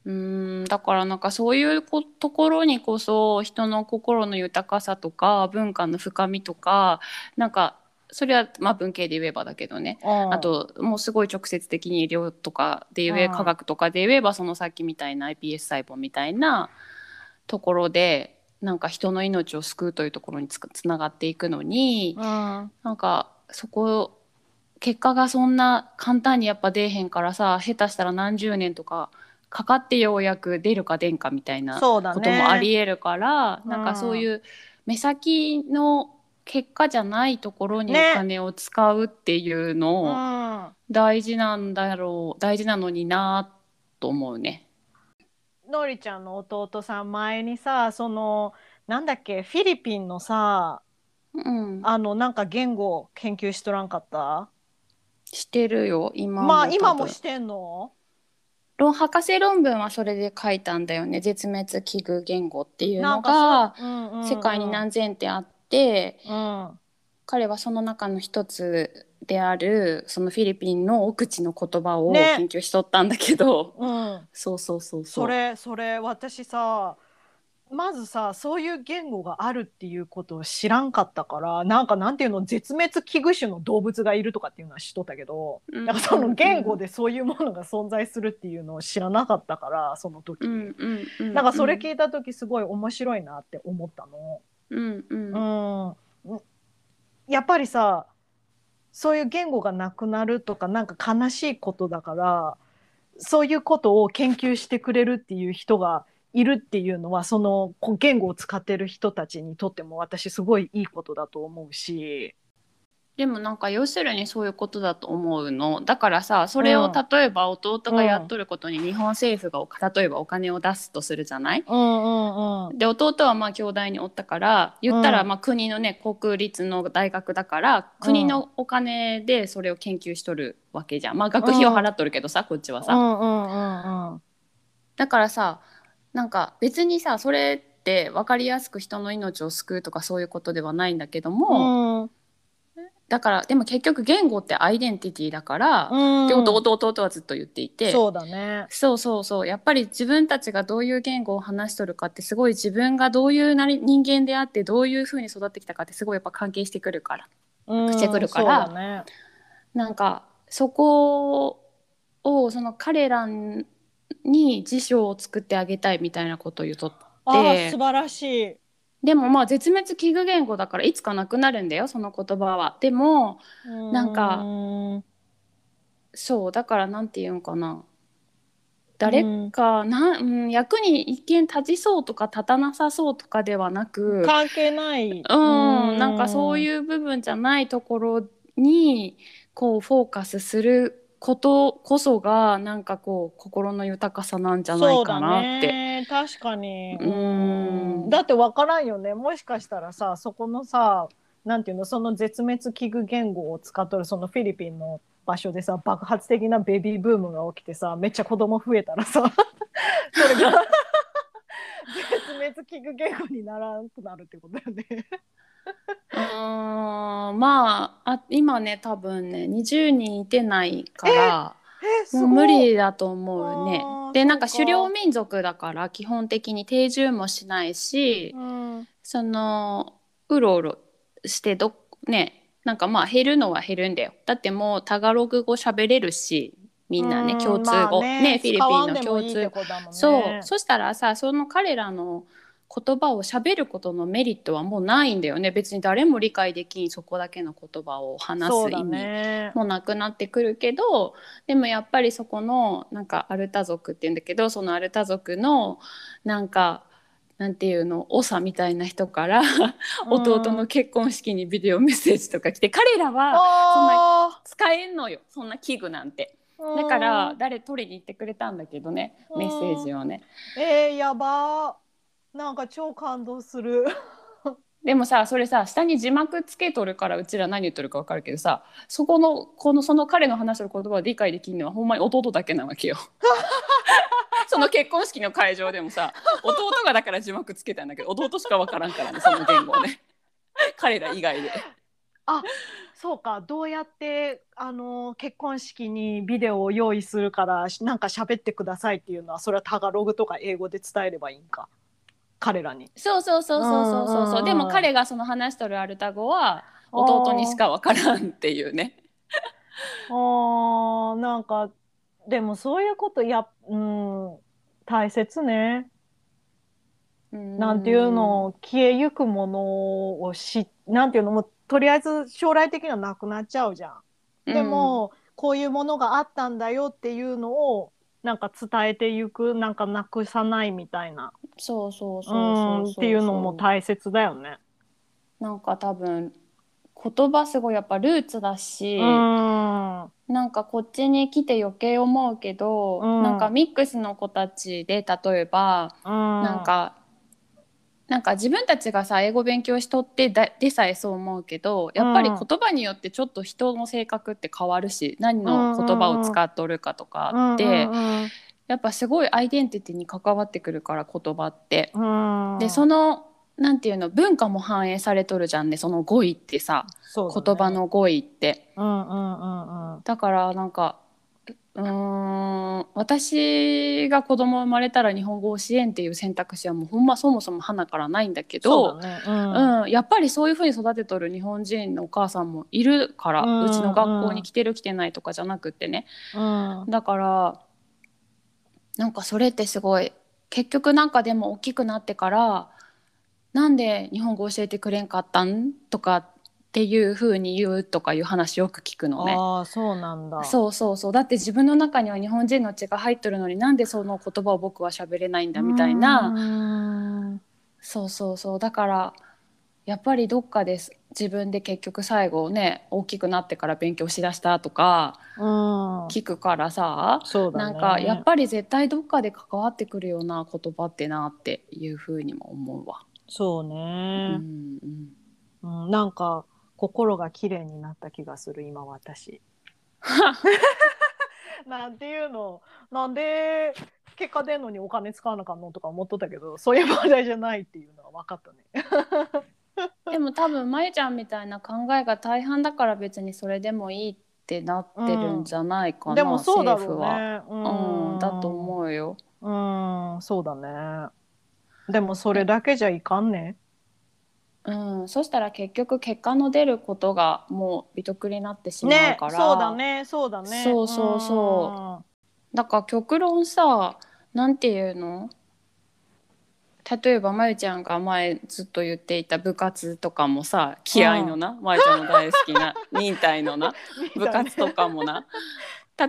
Speaker 1: うーんだからなんかそういうこところにこそ人の心の豊かさとか文化の深みとかなんかそれはまあ文系で言えばだけどねあ
Speaker 2: あ、
Speaker 1: ともうすごい直接的に医療とかで言え
Speaker 2: うん
Speaker 1: 科学とかで言えばそのさっきみたいな iPS 細胞みたいなところでなんか人の命を救うというところにつかつながっていくのに
Speaker 2: うん、
Speaker 1: なんかそこ結果がそんな簡単にやっぱ出えへんからさ下手したら何十年とかかかってようやく出るか出んかみたいな
Speaker 2: そうだね
Speaker 1: こともありえるから、
Speaker 2: うん
Speaker 1: なんかそういう目先の結果じゃないところにお
Speaker 2: ね
Speaker 1: 金を使うっていう
Speaker 2: う
Speaker 1: のを
Speaker 2: ん
Speaker 1: 大事なんだろう、大事なのになと思うね。
Speaker 2: のりちゃんの弟さん前にさそのなんだっけフィリピンのさ
Speaker 1: うん、
Speaker 2: あのなんか言語研究しとらんかった
Speaker 1: してるよ今も
Speaker 2: まあ
Speaker 1: 多分
Speaker 2: 今もしてんの
Speaker 1: 論博士論文はそれで書いたんだよね絶滅危惧言語っていう
Speaker 2: な
Speaker 1: の
Speaker 2: ん
Speaker 1: が
Speaker 2: かさ、うんうんうん
Speaker 1: 世界に何千ってあって、
Speaker 2: うん
Speaker 1: 彼はその中の一つであるそのフィリピンの奥地の言葉を
Speaker 2: ね
Speaker 1: 研究しとったんだけど、
Speaker 2: うん
Speaker 1: そうそうそうそう
Speaker 2: それそれ私さまずさそういう言語があるっていうことを知らんかったからなんかなんていうの絶滅危惧種の動物がいるとかっていうのは知っとったけど、
Speaker 1: うん
Speaker 2: なんかその言語でそういうものが存在するっていうのを知らなかったからその時、
Speaker 1: うんうんうん
Speaker 2: なんかそれ聞いた時すごい面白いなって思ったの。
Speaker 1: うんうん
Speaker 2: うん、やっぱりさそういう言語がなくなるとかなんか悲しいことだからそういうことを研究してくれるっていう人がいるっていうのはそのこう言語を使ってる人たちにとっても私すごいいいことだと思うし。
Speaker 1: でもなんか要するにそういうことだと思うのだからさそれを
Speaker 2: うん
Speaker 1: 例えば弟がやっとることに日本政府がお例えばお金を出すとするじゃない
Speaker 2: うんうんうん
Speaker 1: で弟はまあ兄弟におったから言ったら
Speaker 2: うん
Speaker 1: まあ国のね国立の大学だから国のお金でそれを研究しとるわけじゃん、まあ、学費を払っとるけどさこっちはさ、
Speaker 2: うんうんうんうん
Speaker 1: だからさなんか別にさそれって分かりやすく人の命を救うとかそういうことではないんだけども、
Speaker 2: うん
Speaker 1: だからでも結局言語ってアイデンティティだから、
Speaker 2: うん
Speaker 1: ってことを弟はずっと言っていて。
Speaker 2: そうだね
Speaker 1: そうそうそうやっぱり自分たちがどういう言語を話しとるかってすごい自分がどういうなり人間であってどういうふうに育ってきたかってすごいやっぱ関係してくるからしてくるから
Speaker 2: うんそうだね
Speaker 1: なんかそこをその彼らに辞書を作ってあげたいみたいなことを言うとった
Speaker 2: あ
Speaker 1: で
Speaker 2: ー素晴らしい
Speaker 1: でもまあ絶滅危惧言語だからいつかなくなるんだよその言葉は。でもなんか
Speaker 2: うん
Speaker 1: そうだからなんて言うんかな誰か、なんうん、役に一見立ちそうとか立たなさそうとかではなく
Speaker 2: 関係ない。
Speaker 1: うん、なんかそう
Speaker 2: う
Speaker 1: いう部分じゃないところにこうフォーカスすることこそがなんかこう心の豊かさなんじゃないかなって。
Speaker 2: そうだね、確かに。
Speaker 1: うん
Speaker 2: だってわからんよね。もしかしたらさ、そこのさ、なんていうの、その絶滅危惧言語を使っとるそのフィリピンの場所でさ、爆発的なベビーブームが起きてさ、めっちゃ子供増えたらさ、 それが絶滅危惧言語にならなくなるってことだ よね。
Speaker 1: うーんまああ今ね多分ね20人いてないから。
Speaker 2: え、す
Speaker 1: も
Speaker 2: ご
Speaker 1: う無
Speaker 2: い。
Speaker 1: 理だと思うね
Speaker 2: あー。
Speaker 1: でなんか
Speaker 2: そうか
Speaker 1: 狩猟民族だから基本的に定住もしないし、
Speaker 2: うん。
Speaker 1: そのうろうろしてどっねなんかまあ減るのは減るんだよ。だってもうタガログ語喋れるしみんなね
Speaker 2: う
Speaker 1: 共通
Speaker 2: ま
Speaker 1: 語、
Speaker 2: あね
Speaker 1: ねフィリピン
Speaker 2: 使わん
Speaker 1: の
Speaker 2: でも
Speaker 1: 共
Speaker 2: いいっ
Speaker 1: 通
Speaker 2: て
Speaker 1: 語。
Speaker 2: ことだもんね
Speaker 1: そうそしたらさその彼らの言葉を喋ることのメリットはもうないんだよね別に誰も理解できんそこだけの言葉を話
Speaker 2: そ
Speaker 1: す
Speaker 2: うだ
Speaker 1: 意味
Speaker 2: ね。
Speaker 1: もうなくなってくるけどでもやっぱりそこのなんかアルタ族って言うんだけどそのアルタ族のなんかなんていうの長みたいな人から弟
Speaker 2: うん
Speaker 1: の結婚式にビデオメッセージとか来て彼らは
Speaker 2: あ
Speaker 1: 使えんのよそんな器具なんて
Speaker 2: ー
Speaker 1: だか
Speaker 2: う
Speaker 1: ら
Speaker 2: ん
Speaker 1: 誰取りに行ってくれたんだけどねメッセージをね
Speaker 2: えー、やばーなんか超感動する。
Speaker 1: でもさそれさ下に字幕つけとるからうちら何言ってるか分かるけどさそこのこのその彼の話してる言葉を理解できるのはほんまに弟だけなわけ よ。その結婚式の会場でもさ弟がだから字幕つけたんだけど弟しか分からんからねその言語をね彼ら以外で。
Speaker 2: そうかどうやってあの結婚式にビデオを用意するからしなんか喋ってくださいっていうのはそれはタガログとか英語で伝えればいいんか彼らに。
Speaker 1: そうそうそうそうそうそうそううんでも彼がその話しとるアルタ語は弟にしか分からんっていうね。
Speaker 2: あーなんかでもそういうことや、うん、大切ね。なんていうの消えゆくものをしなんていうのもうとりあえず将来的にはなくなっちゃうじゃん。
Speaker 1: うん
Speaker 2: でも、こういうものがあったんだよっていうのをなんか伝えていくなんかなくさないみたいな
Speaker 1: そうそうそう
Speaker 2: う
Speaker 1: そうそ
Speaker 2: んっていうのも大切だよね。
Speaker 1: なんか多分言葉すごいやっぱルーツだし、
Speaker 2: うんうん
Speaker 1: なんかこっちに来て余計思うけど、
Speaker 2: うん
Speaker 1: なんかミックスの子たちで例えば、なんかなんか自分たちがさ英語勉強しとってだでさえそう思うけどやっぱり
Speaker 2: うん
Speaker 1: 言葉によってちょっと人の性格って変わるし何の言葉を使っとるかとかあって、
Speaker 2: うん
Speaker 1: やっぱすごいアイデンティティに関わってくるから言葉って。
Speaker 2: うんうん
Speaker 1: でそのなんていうの文化も反映されとるじゃんねその語彙ってさ
Speaker 2: そうだね
Speaker 1: 言葉の語彙って。
Speaker 2: うんうんうんうん
Speaker 1: だからなんかうーん私が子供生まれたら日本語を教えんっていう選択肢はもうほんまそもそも花からないんだけど
Speaker 2: そうだね
Speaker 1: うん、やっぱりそういうふうに育てとる日本人のお母さんもいるから、
Speaker 2: う
Speaker 1: うんちの学校に来てる来てないとかじゃなくってね
Speaker 2: うんうん
Speaker 1: だからなんかそれってすごい結局なんかでも大きくなってからなんで日本語教えてくれんかったんとかっていうふうに言うとかいう話よく聞くのね。
Speaker 2: ああそうなんだ
Speaker 1: そうそうそうだって自分の中には日本人の血が入ってるのになんでその言葉を僕は喋れないんだみたいな、
Speaker 2: うん
Speaker 1: そうそうそうだからやっぱりどっかです自分で結局最後ね大きくなってから勉強しだしたとか
Speaker 2: うん
Speaker 1: 聞くからさ、
Speaker 2: そうだ
Speaker 1: な
Speaker 2: ね
Speaker 1: んかやっぱり絶対どっかで関わってくるような言葉ってなっていうふうにも思うわ。
Speaker 2: そう
Speaker 1: う
Speaker 2: ね
Speaker 1: んうん
Speaker 2: うんなんか心が綺麗になった気がする 今私。なんていうのなんで結果出んのにお金使わなあかんのとか思っとったけどそういう問題じゃないっていうのは分かったね。
Speaker 1: でも多分まゆちゃんみたいな考えが大半だから別にそれでもいいってなってるんじゃないかな、
Speaker 2: でもそうだろ
Speaker 1: 政府は。
Speaker 2: うね。
Speaker 1: うん、だと思うよ。
Speaker 2: う。うんそうだね。でもそれだけじゃいかんね。
Speaker 1: うん、そしたら結局結果の出ることがもう美徳になってしまう
Speaker 2: ね
Speaker 1: から、
Speaker 2: そうだねそうだね。
Speaker 1: そうそうそだから極論さなんていうの例えばまゆちゃんが前ずっと言っていた部活とかもさ気合いのな、まゆちゃんの大好きな忍耐のな
Speaker 2: うん。
Speaker 1: 部活と
Speaker 2: み
Speaker 1: かもな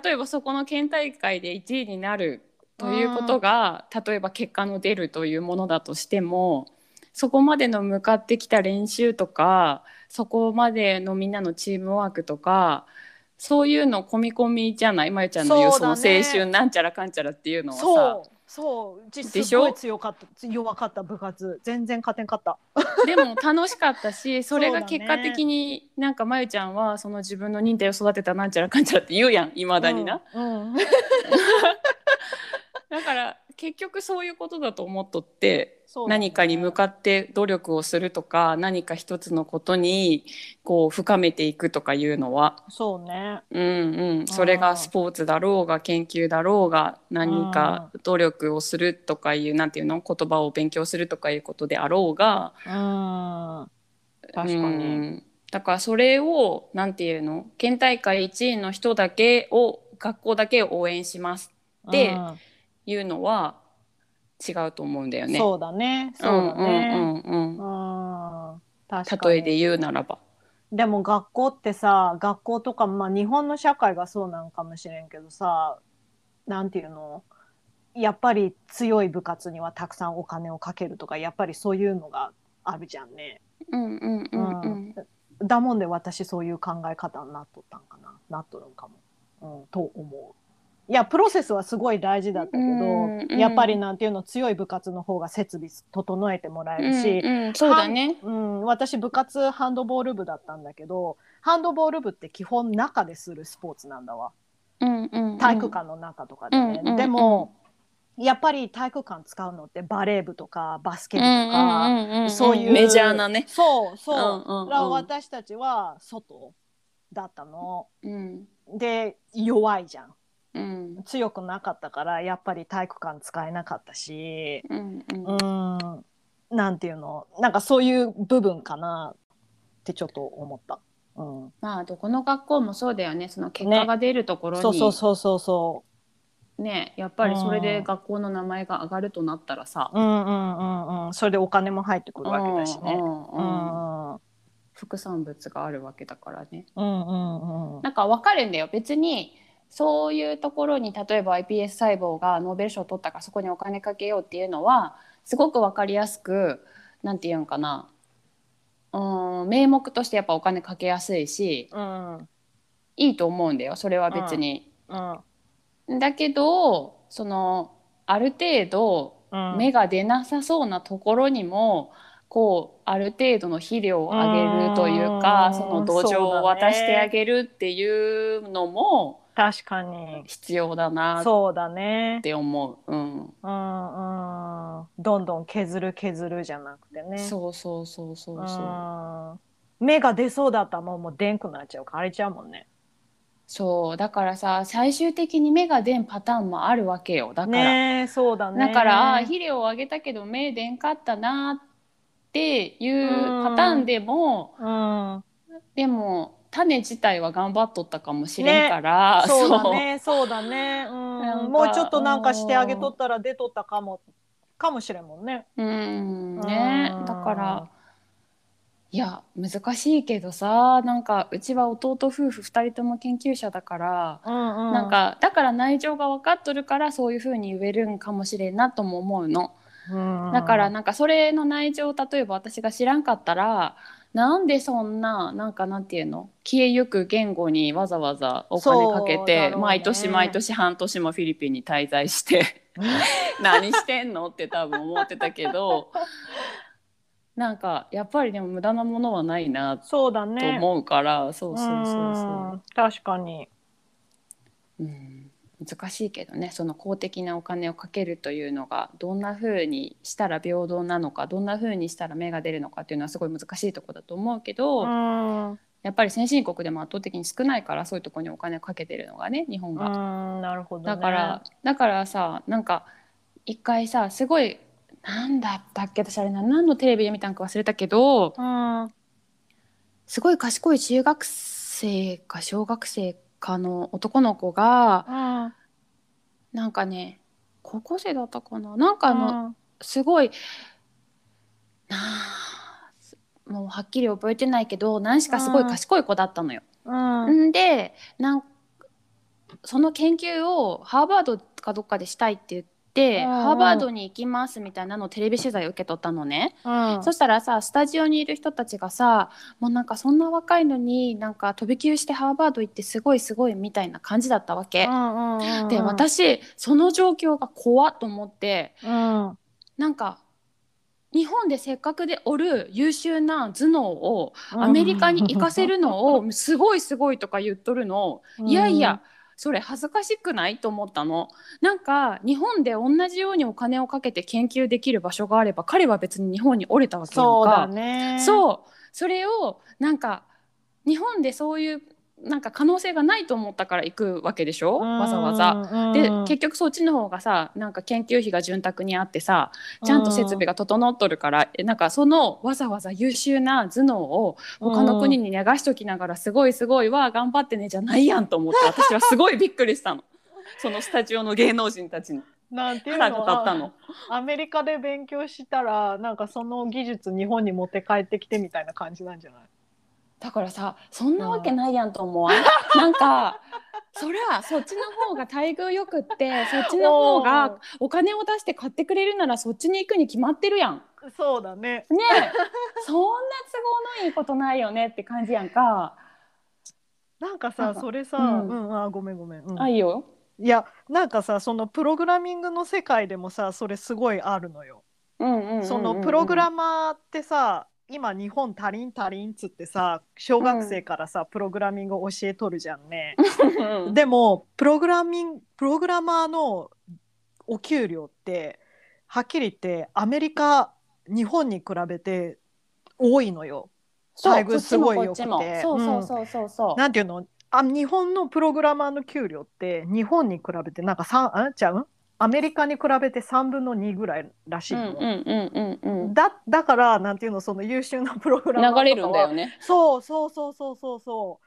Speaker 1: 例えばそこの県大会で1位になるということが、例えば結果の出るというものだとしてもそこまでの向かってきた練習とかそこまでのみんなのチームワークとかそういうの込み込みじゃないまゆちゃんの言う
Speaker 2: そう
Speaker 1: そ
Speaker 2: だ
Speaker 1: の
Speaker 2: ね
Speaker 1: 青春なんちゃらかんちゃらっていうの
Speaker 2: たいな
Speaker 1: は
Speaker 2: そ
Speaker 1: さ
Speaker 2: うそう。うち
Speaker 1: でし
Speaker 2: す
Speaker 1: ょ
Speaker 2: ごい強かった弱かった部活全然勝てんかった。
Speaker 1: でも楽しかったしそれが結
Speaker 2: そう
Speaker 1: 果
Speaker 2: だね
Speaker 1: 的になんかまゆちゃんはその自分の忍耐を育てたなんちゃらかんちゃらって言うやんいまだにな。
Speaker 2: うん。うん
Speaker 1: だから結局そういうことだと思っとって、
Speaker 2: そうだね
Speaker 1: 何かに向かって努力をするとか何か一つのことにこう深めていくとかいうのは、
Speaker 2: そうね。
Speaker 1: うんうん、それがスポーツだろうが研究だろうが何か努力をするとかいうなんていうの言葉を勉強するとかいうことであろうが
Speaker 2: うん。確か
Speaker 1: う
Speaker 2: に。
Speaker 1: んだからそれをなんていうの県大会1位の人だけを学校だけを応援しますで
Speaker 2: うん
Speaker 1: いうのは違うと思うんだよね。
Speaker 2: そうだね。そうだ
Speaker 1: ん
Speaker 2: ね。
Speaker 1: うんうん
Speaker 2: う
Speaker 1: うん
Speaker 2: ん。確か
Speaker 1: 例えで
Speaker 2: に。
Speaker 1: 言うならば。
Speaker 2: でも学校ってさ、学校とか、まあ日本の社会がそうなんかもしれんけどさ、なんていうのやっぱり強い部活にはたくさんお金をかけるとか、やっぱりそういうのがあるじゃんね。
Speaker 1: うんうんうんうん。
Speaker 2: だもんで私そういう考え方になっとったんかな。なっとるんかも。うん、と思う。いやプロセスはすごい大事だったけど、
Speaker 1: うんうん
Speaker 2: やっぱりなんていうの強い部活の方が設備整えてもらえるし、
Speaker 1: うんうん、そうだね。
Speaker 2: うん、私部活ハンドボール部だったんだけどハンドボール部って基本中でするスポーツなんだわ
Speaker 1: うんうんうん
Speaker 2: 体育館の中とかでね、
Speaker 1: うん
Speaker 2: でも、やっぱり体育館使うのってバレー部とかバスケ
Speaker 1: う
Speaker 2: 部
Speaker 1: ん
Speaker 2: とか、
Speaker 1: うんうんうん
Speaker 2: そういう
Speaker 1: メジャーなね。
Speaker 2: そうそう、
Speaker 1: うんうんうん
Speaker 2: だから私たちは外だったの
Speaker 1: うん
Speaker 2: で弱いじゃん
Speaker 1: うん
Speaker 2: 強くなかったからやっぱり体育館使えなかったし
Speaker 1: うんうん
Speaker 2: うーんなんていうのなんかそういう部分かなってちょっと思った。うん
Speaker 1: まあどこの学校もそうだよねその結
Speaker 2: ね
Speaker 1: 果が出るところに
Speaker 2: そう
Speaker 1: ね
Speaker 2: そうそうそうそ
Speaker 1: やっぱりそれ
Speaker 2: う
Speaker 1: で
Speaker 2: ん
Speaker 1: 学校の名前が上がるとなったらさ、
Speaker 2: う。うんうんうんうん。それでお金も入ってくるわけだし
Speaker 1: う
Speaker 2: ね。
Speaker 1: ん
Speaker 2: う
Speaker 1: うん
Speaker 2: んうん
Speaker 1: 副産物があるわけだからね。
Speaker 2: うんうん。
Speaker 1: なんか分かるんだよ別にそういうところに例えば iPS 細胞がノーベル賞を取ったからそこにお金かけようっていうのはすごく分かりやすくなんていうんかなうーん名目としてやっぱお金かけやすいし
Speaker 2: うんうん
Speaker 1: いいと思うんだよそれは別に。
Speaker 2: うん
Speaker 1: だけどそのある程度
Speaker 2: うん。
Speaker 1: 芽が出なさそうなところにもこうある程度の肥料をあげるという
Speaker 2: う
Speaker 1: か
Speaker 2: ん
Speaker 1: その土壌を渡してあげるっていうのも
Speaker 2: 確かに。
Speaker 1: 必要だなっ
Speaker 2: そうだね。
Speaker 1: て思う。うん
Speaker 2: うんうん。どんどん削る削るじゃなくてね。
Speaker 1: そうそうそうそうそう。
Speaker 2: ん芽が出そうだったらもうもうでんくなっちゃうから荒れちゃうもんね。
Speaker 1: そうだからさ最終的に芽が出んパターンもあるわけよだから、
Speaker 2: ねえそうだね。
Speaker 1: だからあー肥料をあげたけど芽出んかったなっていうパターンでも、
Speaker 2: うん。
Speaker 1: でも種自体は頑張っとったかもしれん から、
Speaker 2: そうだね、そうだね。う
Speaker 1: なんか
Speaker 2: ん、もうちょっとなんかしてあげとったら出とったかも、かもしれんもんね。
Speaker 1: そううんね
Speaker 2: うん
Speaker 1: だからいや難しいけどさなんかうちは弟夫婦2人とも研究者だから、
Speaker 2: うんうん。
Speaker 1: なん、かだから内情が分かっとるからそういうふうに言えるんかもしれんなとも思うの。
Speaker 2: うん、
Speaker 1: だから、なんかそれの内情を例えば私が知らんかったらなんでそんななんかなんていうの消えゆく言語にわざわざお金かけ
Speaker 2: そうだろ
Speaker 1: て、
Speaker 2: うね
Speaker 1: 毎年毎年半年もフィリピンに滞在して 何してんのって多分思ってたけどなんかやっぱりでも無駄なものはないなと
Speaker 2: そうだね。
Speaker 1: 思うから、そうそうそう
Speaker 2: う
Speaker 1: そ
Speaker 2: ん確かに。
Speaker 1: う、うん、難しいけどねその公的なお金をかけるというのがどんな風にしたら平等なのかどんな風にしたら芽が出るのかっていうのはすごい難しいとこだと思うけど、
Speaker 2: うん。うん、
Speaker 1: やっぱり先進国でも圧倒的に少ないからそういうとこにお金かけてるのがね日本が。
Speaker 2: なるほど、ね。
Speaker 1: だから、だからさなんか一回さすごいなんだったっけ私あれな何のテレビで見たんか忘れたけど
Speaker 2: うん。うん
Speaker 1: すごい賢い中学生か小学生かの男の子がなんかね高校生だったかななんかあの、すごいなあすもうはっきり覚えてないけど何しかすごい賢い子だったのよ。
Speaker 2: うん、うん。
Speaker 1: んでなんその研究をハーバードかどっかでしたいって言って、
Speaker 2: うんうん
Speaker 1: ハーバードに行きますみたいなのをテレビ取材を受け取ったのね。
Speaker 2: うん
Speaker 1: そしたらさスタジオにいる人たちがさもうなんかそんな若いのになんか飛び級してハーバード行ってすごいすごいみたいな感じだったわけ。
Speaker 2: うんうんうん、
Speaker 1: で、私その状況が怖っと思って
Speaker 2: うん。
Speaker 1: なんか日本でせっかくでおる優秀な頭脳をアメリカに行かせるの をすごいすごいとか言っとるの
Speaker 2: うん
Speaker 1: いやいやそれ恥ずかしくないと思ったのなんか日本で同じようにお金をかけて研究できる場所があれば彼は別に日本に折れたわけやんか
Speaker 2: そうだね。う。
Speaker 1: そうそれをなんか日本でそういうなんか可能性がないと思ったから行くわけでしょわざわざ。
Speaker 2: ざ
Speaker 1: で結局そっちの方がさなんか研究費が潤沢にあってさちゃんと設備
Speaker 2: が
Speaker 1: が整っとるから、えなんかそのわざわざ優秀な頭脳を他の国に流しときながら「すごいすごいわ頑張ってね」じゃないやんと思って私はすごいびっくりしたのそのスタジオの芸能人たちに
Speaker 2: なんていう
Speaker 1: 腹が
Speaker 2: の
Speaker 1: 立ったの。
Speaker 2: アメリカで勉強したらなんかその技術日本に持って帰ってきてみたいな感じなんじゃない
Speaker 1: だからさそんなわけないやんと思わんなんかそりゃそっちの方が待遇よくってそっちの方がお金を出して買ってくれるならそっちに行くに決まってるやんね
Speaker 2: そうだね
Speaker 1: えそんな都合のいいことないよねって感じやんか
Speaker 2: なんか
Speaker 1: な
Speaker 2: さ
Speaker 1: んか
Speaker 2: それさ、
Speaker 1: う
Speaker 2: うんんあごめんごめん、うん
Speaker 1: あいいよ
Speaker 2: いやなんかさそのプログラミングの世界でもさそれすごいあるのよ。そのプログラマーってさ今日本足りん足りんっつってさ小学生からさ、プログラミングを教えとるじゃんね。
Speaker 1: ム
Speaker 2: でもプログラミングプログラマーのお給料ってはっきり言ってアメリカ日本に比べて多いのよ。待遇すごい良くて
Speaker 1: そう
Speaker 2: う
Speaker 1: そ
Speaker 2: ん
Speaker 1: うそうそうそう。
Speaker 2: なんていうのあ日本のプログラマーの給料って日本に比べてなんか三あちゃうアメリカに比べて3分の2ぐらいらしい
Speaker 1: うん
Speaker 2: の。
Speaker 1: うんうんうん
Speaker 2: だだからなんていうのその優秀なプログラマー
Speaker 1: う
Speaker 2: とか
Speaker 1: ん。
Speaker 2: は
Speaker 1: 流れるんだよね。
Speaker 2: そうそうそうそうそうそ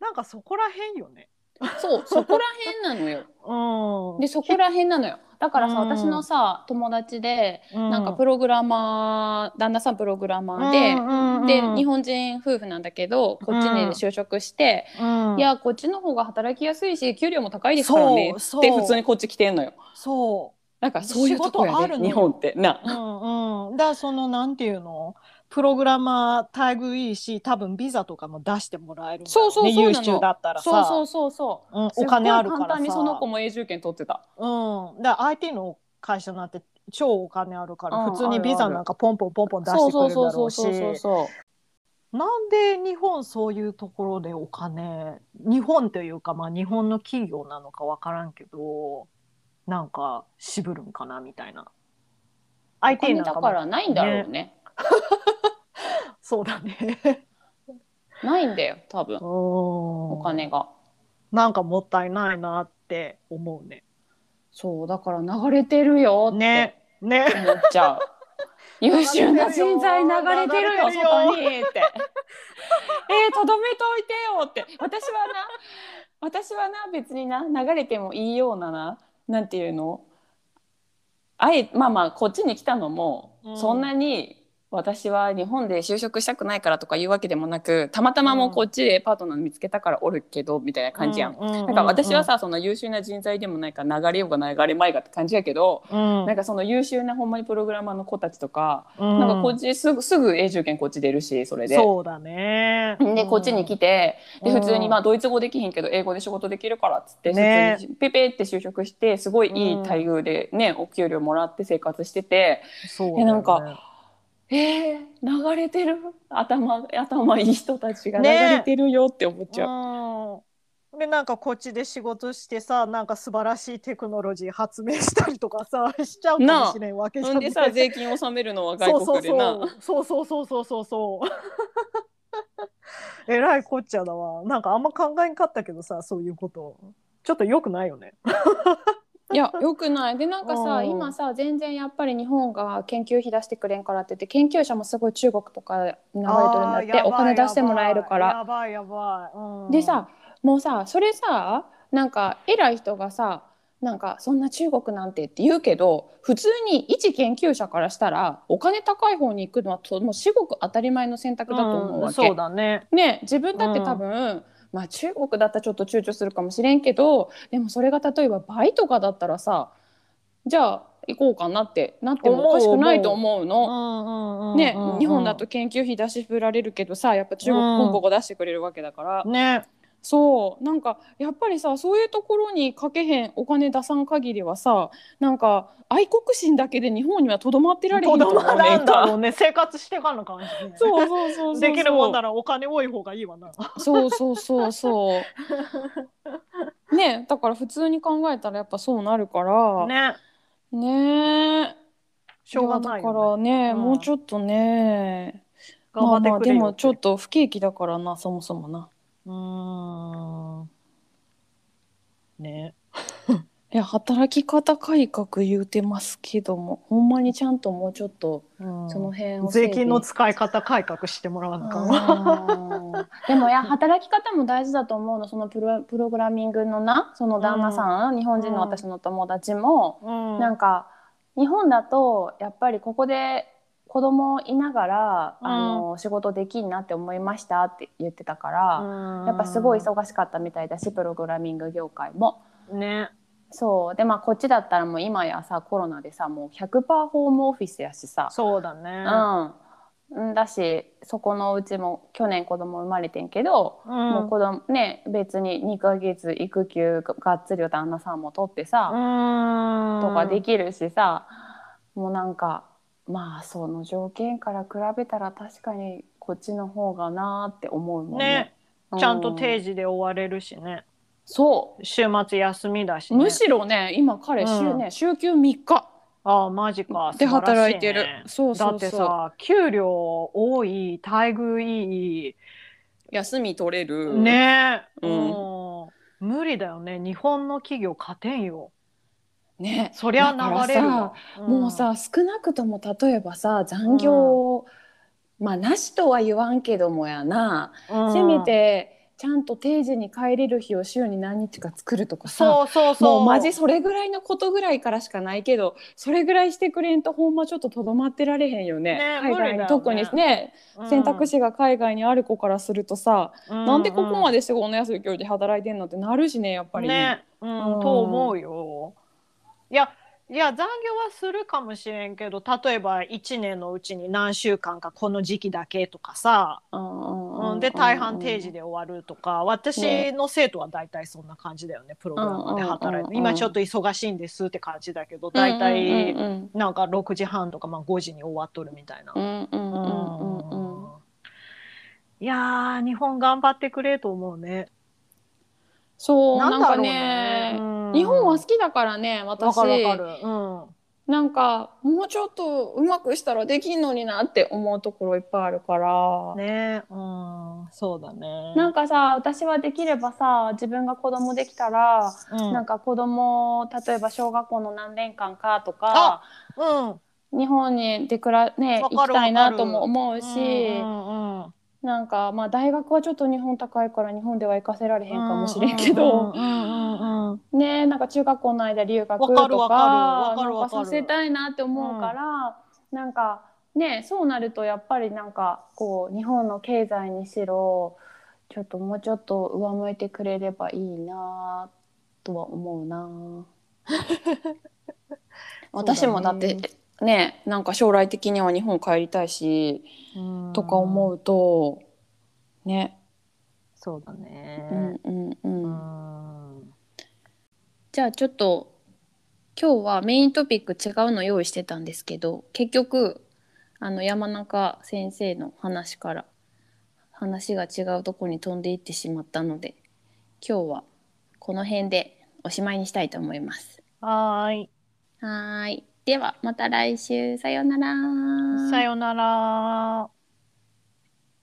Speaker 2: うなんかそこらへんよね
Speaker 1: そう、そこら辺なのよ。
Speaker 2: うん
Speaker 1: で、そこら辺なのよ。だからさ、
Speaker 2: うん
Speaker 1: 私のさ、友達で、なんかプ
Speaker 2: ロ
Speaker 1: ログラマー、旦那さんプログラマーで。で日本人夫婦なんだけどこっちに就職して、
Speaker 2: 本
Speaker 1: いやこっちの方が働きやすいし給料も高いですからね
Speaker 2: そう
Speaker 1: って
Speaker 2: そう
Speaker 1: 普通にこっち来てんのよ
Speaker 2: そ
Speaker 1: なんかそういうとこ
Speaker 2: 仕事
Speaker 1: や
Speaker 2: ある
Speaker 1: ね
Speaker 2: の
Speaker 1: 日本ってな
Speaker 2: う、うんうん、だからそのなんていうのプログラマー待遇いいし多分ビザとかも出してもらえるんだろ
Speaker 1: そうそうそうなの
Speaker 2: 優秀だったらさ
Speaker 1: そうそうそうそう
Speaker 2: うん、
Speaker 1: すっごい
Speaker 2: お金あるからさ
Speaker 1: 簡単にその子も永住権取ってた
Speaker 2: うん、だから IT の会社なんて超お金あるから、
Speaker 1: うん
Speaker 2: 普通にビザなんかポンポンポンポン出してくれるだろうし
Speaker 1: そう
Speaker 2: なんで日本そういうところでお金日本というかまあ日本の企業なのか分からんけどなんか渋るんかなみたいな
Speaker 1: お
Speaker 2: IT
Speaker 1: 金
Speaker 2: なん
Speaker 1: だ
Speaker 2: か
Speaker 1: か
Speaker 2: も
Speaker 1: らないんだろうね
Speaker 2: そうだね
Speaker 1: ないんだよ多分
Speaker 2: お
Speaker 1: お金が
Speaker 2: なんかもったいないなって思うね
Speaker 1: そうだから流れてるよって
Speaker 2: ねね
Speaker 1: 思っちゃう、優秀な人材流れてるよ
Speaker 2: 流れてる
Speaker 1: 外
Speaker 2: よ
Speaker 1: にって えーとどめといてよって私はな私はな別にな流れてもいいようなななんていうのあえまあまあこっちに来たのも、
Speaker 2: うん
Speaker 1: そんなに私は日本で就職したくないからとかいうわけでもなくたまたまもうこっちでパートナー見つけたからおるけどみたいな感じやん。
Speaker 2: な
Speaker 1: なんか私は、さその優秀な人材でもないから流れようが流れまいがって感じやけど、
Speaker 2: うん
Speaker 1: なんかその優秀なほんまにプログラマーの子たちとか、
Speaker 2: うん
Speaker 1: なんかこっちすぐすぐ永住権こっち出るしそれで。
Speaker 2: そうだね。
Speaker 1: でこっちに来て、
Speaker 2: う
Speaker 1: で
Speaker 2: ん
Speaker 1: 普通にまあドイツ語できひんけど英語で仕事できるからっつって、
Speaker 2: ね
Speaker 1: 普通にペペって就職してすごいいい待遇でね、お給料もらって生活してて
Speaker 2: そうだ
Speaker 1: え
Speaker 2: よね、
Speaker 1: なんかえー、流れてる頭頭いい人たちが流
Speaker 2: ね
Speaker 1: れてるよって思っちゃう。
Speaker 2: うん。でなんかこっちで仕事してさなんか素晴らしいテクノロジー発明したりとかさ しちゃうかもしれんわけじゃ
Speaker 1: ほんでさ税金納めるのは外国でな
Speaker 2: そうそうそうそうそうそうそう そう。えらいこっちゃだわ。なんかあんま考えんかったけどさそういうこと。ちょっと良くないよね。
Speaker 1: いやよくないでなんかさ
Speaker 2: うん
Speaker 1: 今さ全然やっぱり日本が研究費出してくれんからって言って研究者もすごい中国とかに流れてるんだっ
Speaker 2: あー
Speaker 1: て
Speaker 2: やばい
Speaker 1: お金出してもらえるから。
Speaker 2: やばいやばい。うん
Speaker 1: でさもうさそれさなんか偉い人がさなんかそんな中国なんてって言うけど普通に一研究者からしたらお金高い方に行くのはともう至極当たり前の選択だと思うわけ。
Speaker 2: んそうだね。
Speaker 1: ね自分だって多分、まあ、中国だったらちょっと躊躇するかもしれんけどでもそれが例えば倍とかだったらさじゃあ行こうかなってなってもおかしくないと思うの。ね、日本だと研究費出し振られるけどさやっぱ中国
Speaker 2: うん
Speaker 1: 本国出してくれるわけだから、
Speaker 2: ね。
Speaker 1: そうなんかやっぱりさそういうところにかけへんお金出さん限りはさなんか愛国心だけで日本にはとどまってられへん
Speaker 2: 子
Speaker 1: と思
Speaker 2: 供
Speaker 1: うね
Speaker 2: なん
Speaker 1: ん
Speaker 2: だろ
Speaker 1: か
Speaker 2: うね生活してかな感じね
Speaker 1: そうそうそうそうそう
Speaker 2: できるもんならお金多い方がいいわな
Speaker 1: そうそうそうそう。ねだから普通に考えたらやっぱそうなるからね
Speaker 2: ね
Speaker 1: ね
Speaker 2: しょうがない
Speaker 1: いやだか
Speaker 2: よ、
Speaker 1: ら
Speaker 2: ね、
Speaker 1: ね、
Speaker 2: うん
Speaker 1: もうちょっとね
Speaker 2: 頑張って
Speaker 1: まあまあ
Speaker 2: くれ
Speaker 1: で
Speaker 2: よ
Speaker 1: もちょっと不景気だからなそもそもな。
Speaker 2: うーんね
Speaker 1: いや働き方改革言うてますけどもほんまにちゃんともうちょっと
Speaker 2: うん
Speaker 1: その辺を整
Speaker 2: 税
Speaker 1: 備
Speaker 2: 金の使い方改革してもらわなかんわ
Speaker 1: あーでもいや働き方も大事だと思うのそのプロプログラミングのなその旦那さん、日本人の私の友達も、
Speaker 2: うん
Speaker 1: なんか日本だとやっぱりここで子供いながら、あの仕事できんなって思いましたって言ってたから、やっぱすごい忙しかったみたいだしプログラミング業界も。
Speaker 2: うんね
Speaker 1: そうでまあこっちだったらもう今やさコロナでさもう100%ホームオフィスやしさ、
Speaker 2: そうだ
Speaker 1: う
Speaker 2: ね
Speaker 1: ん、うんだしそこのうちも去年子供生まれてんけど、
Speaker 2: う
Speaker 1: もうん子供ね別に2ヶ月育休ががっつりを旦那さんも取ってさ、とかできるしさ、もうなんかまあその条件から比べたら確かにこっちの方がなーって思うもんね
Speaker 2: ね。ちゃんと
Speaker 1: 定
Speaker 2: 定時で終われるしね
Speaker 1: そ
Speaker 2: 週末休みだし、
Speaker 1: う、
Speaker 2: ね、
Speaker 1: むしろね今彼週ね、週休3日
Speaker 2: ああマジか
Speaker 1: で
Speaker 2: 素晴らし
Speaker 1: 働いてる
Speaker 2: ね
Speaker 1: そうそうそう
Speaker 2: だってさ給料多い待遇いい
Speaker 1: 休み取れる
Speaker 2: ねえ、
Speaker 1: うん
Speaker 2: うん無理だよね日本の企業勝てんよ
Speaker 1: ね
Speaker 2: そりゃ流れるわ、ん
Speaker 1: もうさ少なくとも例えばさ残業、まあなしとは言わんけどもやな、
Speaker 2: うん
Speaker 1: せめてちゃんと定時に帰れる日を週に何日か作るとかさ
Speaker 2: そうそうそう
Speaker 1: もうマジそれぐらいのことぐらいからしかないけどそれぐらいしてくれんとほんまちょっととどまってられへんよね
Speaker 2: ね
Speaker 1: 海外に、
Speaker 2: 無理だよね
Speaker 1: 特にね、選択、肢が海外にある子からするとさ、なんでここま
Speaker 2: で
Speaker 1: で仕事の休み今日で働いてんのってなるしねやっぱり
Speaker 2: ね、うん
Speaker 1: うん
Speaker 2: と思うよいやいや残業はするかもしれんけど例えば1年のうちに何週間かこの時期だけとかさ、
Speaker 1: うん
Speaker 2: うん、で大半定時
Speaker 1: で、
Speaker 2: で終わるとか私
Speaker 1: ね
Speaker 2: の生徒は大体そんな感じだよねプログラマーで働い
Speaker 1: うんうんうんう
Speaker 2: て
Speaker 1: ん
Speaker 2: 今ちょっと忙しいんですって感じだけど大
Speaker 1: う
Speaker 2: 体
Speaker 1: んうん
Speaker 2: なんか6時半とかまあ5時に終わっとるみたいな。
Speaker 1: うんうんうんうんうんうん
Speaker 2: いやー日本頑張ってくれと思うね。
Speaker 1: そうなん
Speaker 2: だ
Speaker 1: か
Speaker 2: ろう
Speaker 1: ね
Speaker 2: うん
Speaker 1: 日本は好きだからね
Speaker 2: わ
Speaker 1: 私
Speaker 2: かるわかる。うん
Speaker 1: なんかもうちょっとうまくしたらできんのになって思うところいっぱいあるから、
Speaker 2: ねうんそうだね。
Speaker 1: なんかさ私はできればさ自分が子供できたら、
Speaker 2: うん
Speaker 1: なんか子供例えば小学校の何年間かとか
Speaker 2: あうん
Speaker 1: 日本にでくら、ね、
Speaker 2: わか
Speaker 1: 行き
Speaker 2: る
Speaker 1: たいな
Speaker 2: わかる
Speaker 1: とも思うし、
Speaker 2: うんうんうん
Speaker 1: なんかまあ大学はちょっと日本高いから日本では行かせられへんかもしれんけど。
Speaker 2: うんうんうんうん
Speaker 1: ねなんか中学校の間留学とか
Speaker 2: わかるわかるわかる
Speaker 1: なん
Speaker 2: わ
Speaker 1: か
Speaker 2: かる
Speaker 1: させたいなって思うから、なんかねそうなるとやっぱりなんかこう日本の経済にしろちょっともうちょっと上向いてくれればいいなとは思うな 私もだってねなんか将来的には日本帰りたいし、とか思
Speaker 2: うん。
Speaker 1: うとね
Speaker 2: そうだ
Speaker 1: う
Speaker 2: ね。
Speaker 1: んうんうん。
Speaker 2: うん
Speaker 1: じゃあちょっと今日はメイントピック違うの用意してたんですけど結局あの山中先生の話から話が違うとこに飛んでいってしまったので今日はこの辺でおしまいにしたいと思います。
Speaker 2: はーい。
Speaker 1: はーいではまた来週さようなら。
Speaker 2: さよなら。